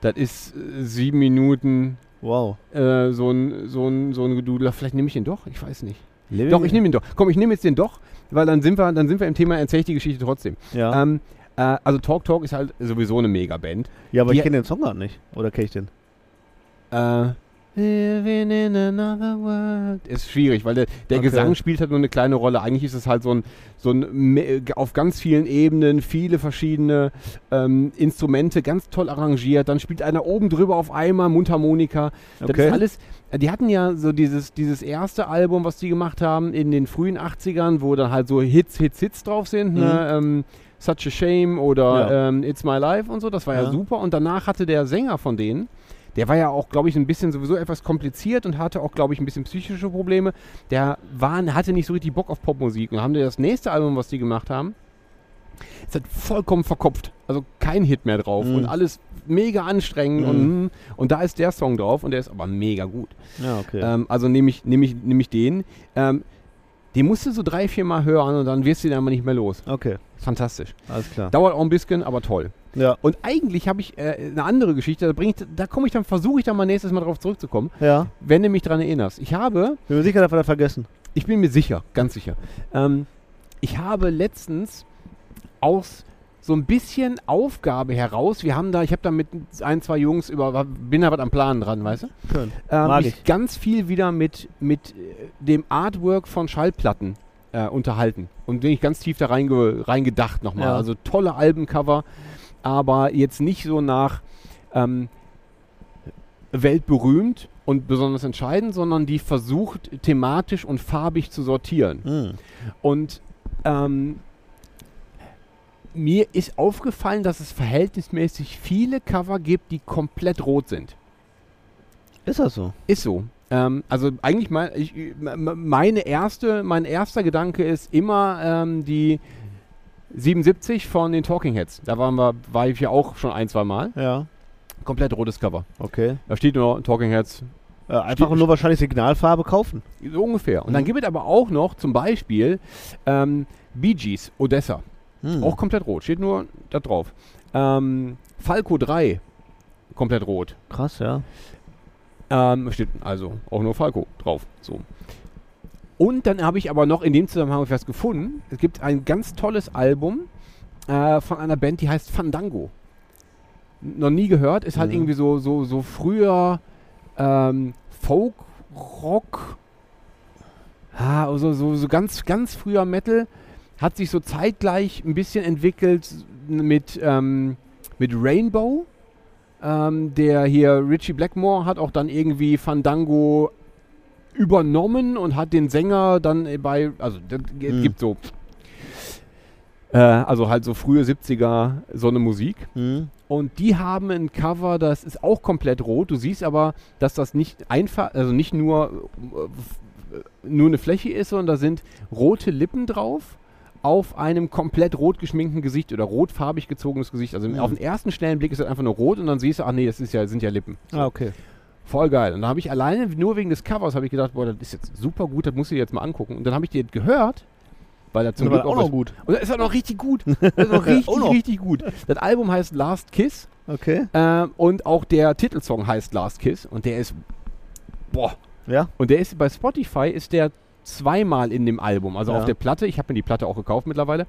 Das ist äh, sieben Minuten
Wow.
äh, so ein so ein so ein Gedudler. Vielleicht nehme ich ihn doch. Ich weiß nicht.
Living
Doch, ich nehme ihn doch. Komm, ich nehme jetzt den doch, weil dann sind wir dann sind wir im Thema erzähle ich die Geschichte trotzdem.
Ja.
Ähm, äh, also Talk Talk ist halt sowieso eine Megaband.
Ja, aber
Die-
ich kenne den Song gar nicht. Oder kenne ich den?
Äh, Living in another world. Ist schwierig, weil der, der
Okay.
Gesang spielt halt nur eine kleine Rolle. Eigentlich ist es halt so ein, so ein me- auf ganz vielen Ebenen, viele verschiedene ähm, Instrumente, ganz toll arrangiert. Dann spielt einer oben drüber auf einmal Mundharmonika. Das
Okay.
ist alles. Die hatten ja so dieses, dieses erste Album, was die gemacht haben in den frühen 80ern, wo dann halt so Hits, Hits, Hits drauf sind. Ne? Ähm, Such a Shame oder
Mhm. Ja.
ähm, It's My Life und so. Das war ja.
Ja.
super. Und danach hatte der Sänger von denen, der war ja auch, glaube ich, ein bisschen sowieso etwas kompliziert und hatte auch, glaube ich, ein bisschen psychische Probleme. Der war, hatte nicht so richtig Bock auf Popmusik. Und dann haben die das nächste Album, was die gemacht haben, ist halt vollkommen verkopft. Also kein Hit mehr drauf
Mhm.
und alles mega anstrengend und, mm. und da ist der Song drauf und der ist aber mega gut.
Ja, okay.
Ähm, also nehme ich, nehm ich, nehm ich den. Ähm, den musst du so drei, vier Mal hören und dann wirst du den aber nicht mehr los.
okay,
Fantastisch.
alles klar.
Dauert auch ein bisschen, aber toll.
Ja,
Und eigentlich habe ich äh, eine andere Geschichte, da, bring ich, da komme ich dann, versuche ich dann mal nächstes Mal drauf zurückzukommen,
ja.
wenn du mich daran erinnerst. Ich habe,
Bin mir sicher, dass wir das vergessen.
ich bin mir sicher, ganz sicher, ähm, ich habe letztens aus so ein bisschen Aufgabe heraus, wir haben da, ich habe da mit ein, zwei Jungs über, bin da was am Planen dran, weißt du?
Schön.
ähm,
Mag
mich
ich.
ganz viel wieder mit, mit äh, dem Artwork von Schallplatten äh, unterhalten. Und bin ich ganz tief da reinge reingedacht nochmal.
Ja.
Also tolle Albencover, aber jetzt nicht so nach ähm, weltberühmt und besonders entscheidend, sondern die versucht thematisch und farbig zu sortieren.
Mhm.
Und ähm, mir ist aufgefallen, dass es verhältnismäßig viele Cover gibt, die komplett rot sind.
Ist das so?
Ist so. Ähm, also eigentlich mein, ich, m- meine erste, mein erster Gedanke ist immer ähm, die 77 von den Talking Heads. Da waren wir, war ich ja auch schon ein, zwei Mal.
Ja.
Komplett rotes Cover.
Okay.
Da steht nur Talking Heads.
Äh, einfach
Steht-
nur wahrscheinlich Signalfarbe kaufen.
So ungefähr. Und dann
Mhm.
gibt es aber auch noch zum Beispiel ähm, Bee Gees, Odessa.
Mhm.
Auch komplett rot. Steht nur da drauf. Ähm, Falco 3, komplett rot.
krass, ja.
Ähm, steht also auch nur Falco drauf. So. Und dann habe ich aber noch in dem Zusammenhang was gefunden. Es gibt ein ganz tolles Album äh, von einer Band, die heißt Fandango. N- Noch nie gehört, ist halt
Mhm.
irgendwie so, so, so früher ähm, Folk, Rock, ah, also so, so ganz, ganz früher Metal. Hat sich so zeitgleich ein bisschen entwickelt mit, ähm, mit Rainbow. Ähm, der hier Richie Blackmore hat auch dann irgendwie Fandango übernommen und hat den Sänger dann bei, also das g-
Hm.
gibt so, äh, also halt so frühe 70er so eine Musik.
Mhm.
Und die haben ein Cover, das ist auch komplett rot. Du siehst aber, dass das nicht einfach, also nicht nur, äh, f- nur eine Fläche ist, sondern da sind rote Lippen drauf auf einem komplett rot geschminkten Gesicht oder rotfarbig gezogenes Gesicht.
Mhm.
Also auf den ersten schnellen Blick ist das einfach nur rot und dann siehst du, ach nee, das ist ja, sind ja Lippen.
Ah, okay.
Voll geil. Und da habe ich alleine nur wegen des Covers habe ich gedacht, boah, das ist jetzt super gut, das musst du dir jetzt mal angucken. Und dann habe ich dir gehört, weil da zum
Aber
Glück auch, was-
gut.
Und das ist auch noch richtig
[LAUGHS]
gut. Das ist noch richtig,
Auch noch.
richtig gut. Das Album heißt Last Kiss
Okay.
ähm, und auch der Titelsong heißt Last Kiss und der ist boah
Ja.
und der ist bei Spotify ist der zweimal in dem Album, also
Ja.
auf der Platte. Ich habe mir die Platte auch gekauft mittlerweile.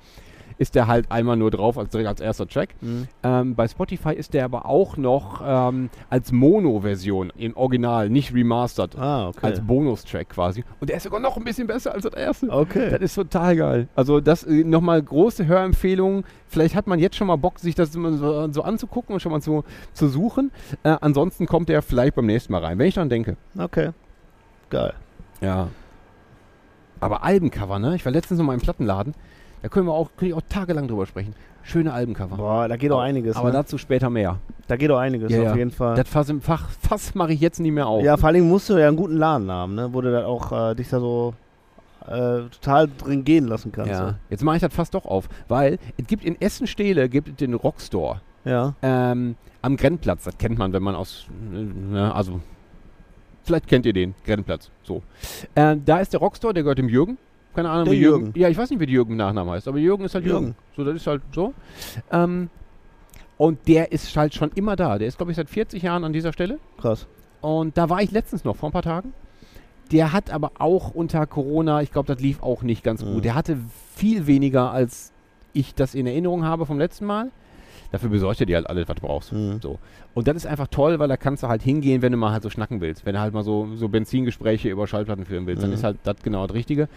Ist der halt einmal nur drauf als direkt als erster Track.
Mhm.
Ähm, bei Spotify ist der aber auch noch ähm, als Mono-Version im Original, nicht remastered,
Ah, okay.
als Bonustrack quasi. Und der ist sogar noch ein bisschen besser als das erste.
okay.
[LAUGHS] Das ist total geil. Also das äh, nochmal große Hörempfehlung. Vielleicht hat man jetzt schon mal Bock, sich das immer so, so anzugucken und schon mal zu, zu suchen. Äh, ansonsten kommt er vielleicht beim nächsten Mal rein, wenn ich dran denke.
Okay. Geil.
Ja. Aber Albencover, ne? Ich war letztens noch mal im Plattenladen. Da können wir auch, kann ich auch tagelang drüber sprechen. Schöne Albencover.
Boah, da geht auch einiges.
Aber
ne?
dazu später mehr.
da geht auch einiges,
Ja,
auf
ja.
jeden Fall.
Das Fass im Fach, [LAUGHS] Fass mache ich jetzt nicht mehr auf.
Ja, vor allen Dingen musst du ja einen guten Laden haben, ne? Wo du dann auch äh, dich da so äh, total drin gehen lassen kannst.
Ja. Jetzt mache ich das Fass doch auf, weil es gibt in Essen-Stehle gibt es den Rockstore.
Ja.
ähm, am Grenzplatz. Das kennt man, wenn man aus. Ne, also, vielleicht kennt ihr den, Grenzplatz. So. Ähm, da ist der Rockstore, der gehört dem Jürgen. Keine Ahnung,
Der
wie Jürgen.
Jürgen.
Ja, ich weiß nicht, wie der Jürgen im Nachnamen heißt, aber Jürgen ist halt Jürgen.
Jürgen.
So, das ist halt so. Ähm, und der ist halt schon immer da. Der ist, glaube ich, seit 40 Jahren an dieser Stelle.
Krass.
Und da war ich letztens noch, vor ein paar Tagen. Der hat aber auch unter Corona, ich glaube, das lief auch nicht ganz
Mhm.
gut. Der hatte viel weniger, als ich das in Erinnerung habe vom letzten Mal. Dafür besorgt er dir halt alles, was du brauchst. So. Und das ist einfach toll, weil da kannst du halt hingehen, wenn du mal halt so schnacken willst. Wenn du halt mal so, so Benzingespräche über Schallplatten führen willst, dann ist halt das genau das Richtige.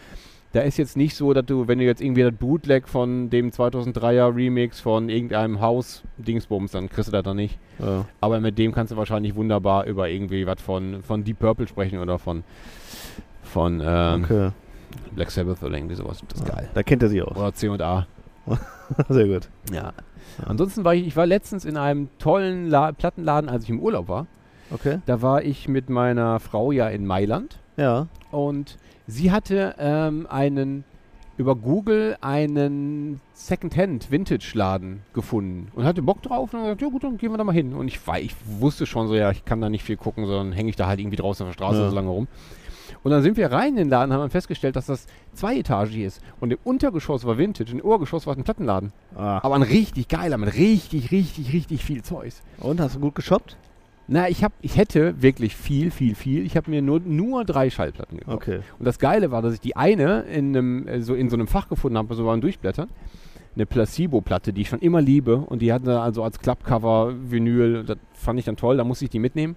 Da ist jetzt nicht so, dass du, wenn du jetzt irgendwie das Bootleg von dem 2003er Remix von irgendeinem Haus Dingsbums, dann kriegst du das dann nicht.
Ja.
Aber mit dem kannst du wahrscheinlich wunderbar über irgendwie was von, von Deep Purple sprechen oder von, von ähm,
Okay.
Black Sabbath oder irgendwie sowas. Das ist geil.
Da kennt er sich aus.
Oder C&A.
[LAUGHS] Sehr gut.
Ja. Ansonsten war ich, ich war letztens in einem tollen La Plattenladen, als ich im Urlaub war.
Okay.
Da war ich mit meiner Frau ja in Mailand
Ja.
und sie hatte ähm, einen über Google einen Secondhand Vintage Laden gefunden und hatte Bock drauf und hat gesagt, ja gut, dann gehen wir da mal hin und ich war ich wusste schon so ja, ich kann da nicht viel gucken, sondern hänge ich da halt irgendwie draußen auf der Straße
Ja.
so lange rum. Und dann sind wir rein in den Laden, haben dann festgestellt, dass das zweietagig ist und im Untergeschoss war Vintage und im Obergeschoss war ein Plattenladen,
Ah.
aber ein richtig geiler mit richtig richtig richtig viel Zeugs.
Und hast du gut geshoppt?
Na, ich hab, ich hätte wirklich viel, viel, viel. Ich habe mir nur, nur drei Schallplatten gekauft.
Okay.
Und das Geile war, dass ich die eine in, einem, äh, so, in so einem Fach gefunden habe, so beim Durchblättern. Eine Placebo-Platte, die ich schon immer liebe. Und die hatten da also als Klappcover-Vinyl. Das fand ich dann toll, da musste ich die mitnehmen.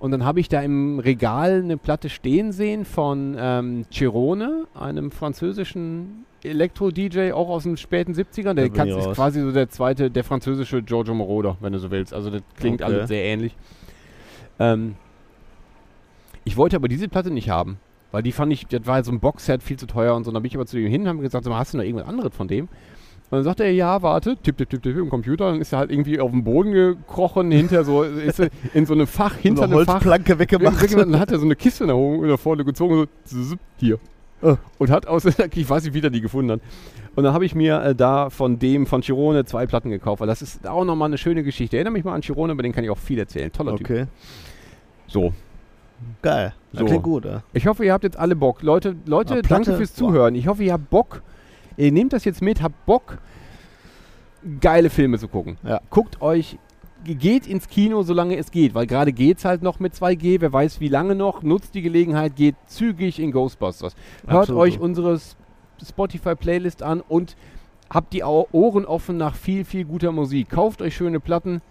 Und dann habe ich da im Regal eine Platte stehen sehen von ähm, Cerone, einem französischen Elektro-DJ, auch aus den späten 70ern. Der
bin
kann,
ich
ist
raus.
quasi so der zweite, der französische Giorgio Moroder, wenn du so willst. Also das klingt
Okay.
alles sehr ähnlich. Ähm, ich wollte aber diese Platte nicht haben, weil die fand ich, das war so ein Boxset viel zu teuer und so. Und dann bin ich aber zu dem hin und habe gesagt, sag mal, hast du noch irgendwas anderes von dem? Und dann sagte er, ja, warte, tipp, tipp, tipp, tipp im Computer. Dann ist er halt irgendwie auf den Boden gekrochen, hinter so, [LAUGHS] ist er in so einem Fach, hinter
Eine
einem Fach.
Holzplanke
[LAUGHS]
weggemacht.
Und dann hat er so eine Kiste nach oben nach vorne gezogen, so zup, hier.
Oh.
Und hat aus, ich weiß nicht, wie er die gefunden hat. Und dann habe ich mir äh, da von dem, von Chirone, zwei Platten gekauft, weil das ist auch nochmal eine schöne Geschichte. Erinnere mich mal an Chirone, über den kann ich auch viel erzählen. Toller Typ.
Okay.
So,
Geil. Das
So.
klingt gut, ja.
ich hoffe, ihr habt jetzt alle Bock. Leute, Leute,
Ah, Platte.
danke fürs Zuhören. Ich hoffe, ihr habt Bock. Ihr nehmt das jetzt mit, habt Bock, geile Filme zu gucken.
Ja.
Guckt euch, geht ins Kino, solange es geht, weil gerade geht's halt noch mit 2G, wer weiß wie lange noch, nutzt die Gelegenheit, geht zügig in Ghostbusters. Hört
Absolut.
euch unsere S- Spotify-Playlist an und habt die Au- Ohren offen nach viel, viel guter Musik. Kauft euch schöne Platten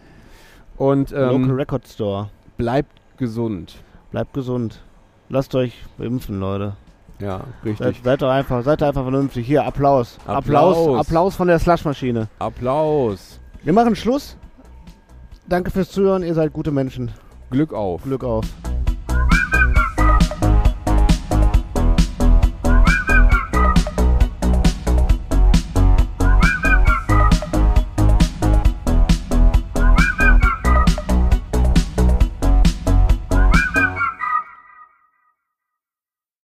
und
Local
ähm,
Record Store.
bleibt gesund.
Bleibt gesund. Lasst euch impfen, Leute.
Ja, richtig.
Seid, seid doch einfach, seid doch einfach vernünftig. Hier, Applaus.
Applaus.
Applaus, Applaus von der Slushmaschine.
Applaus.
Wir machen Schluss. Danke fürs Zuhören. Ihr seid gute Menschen.
Glück auf.
Glück auf.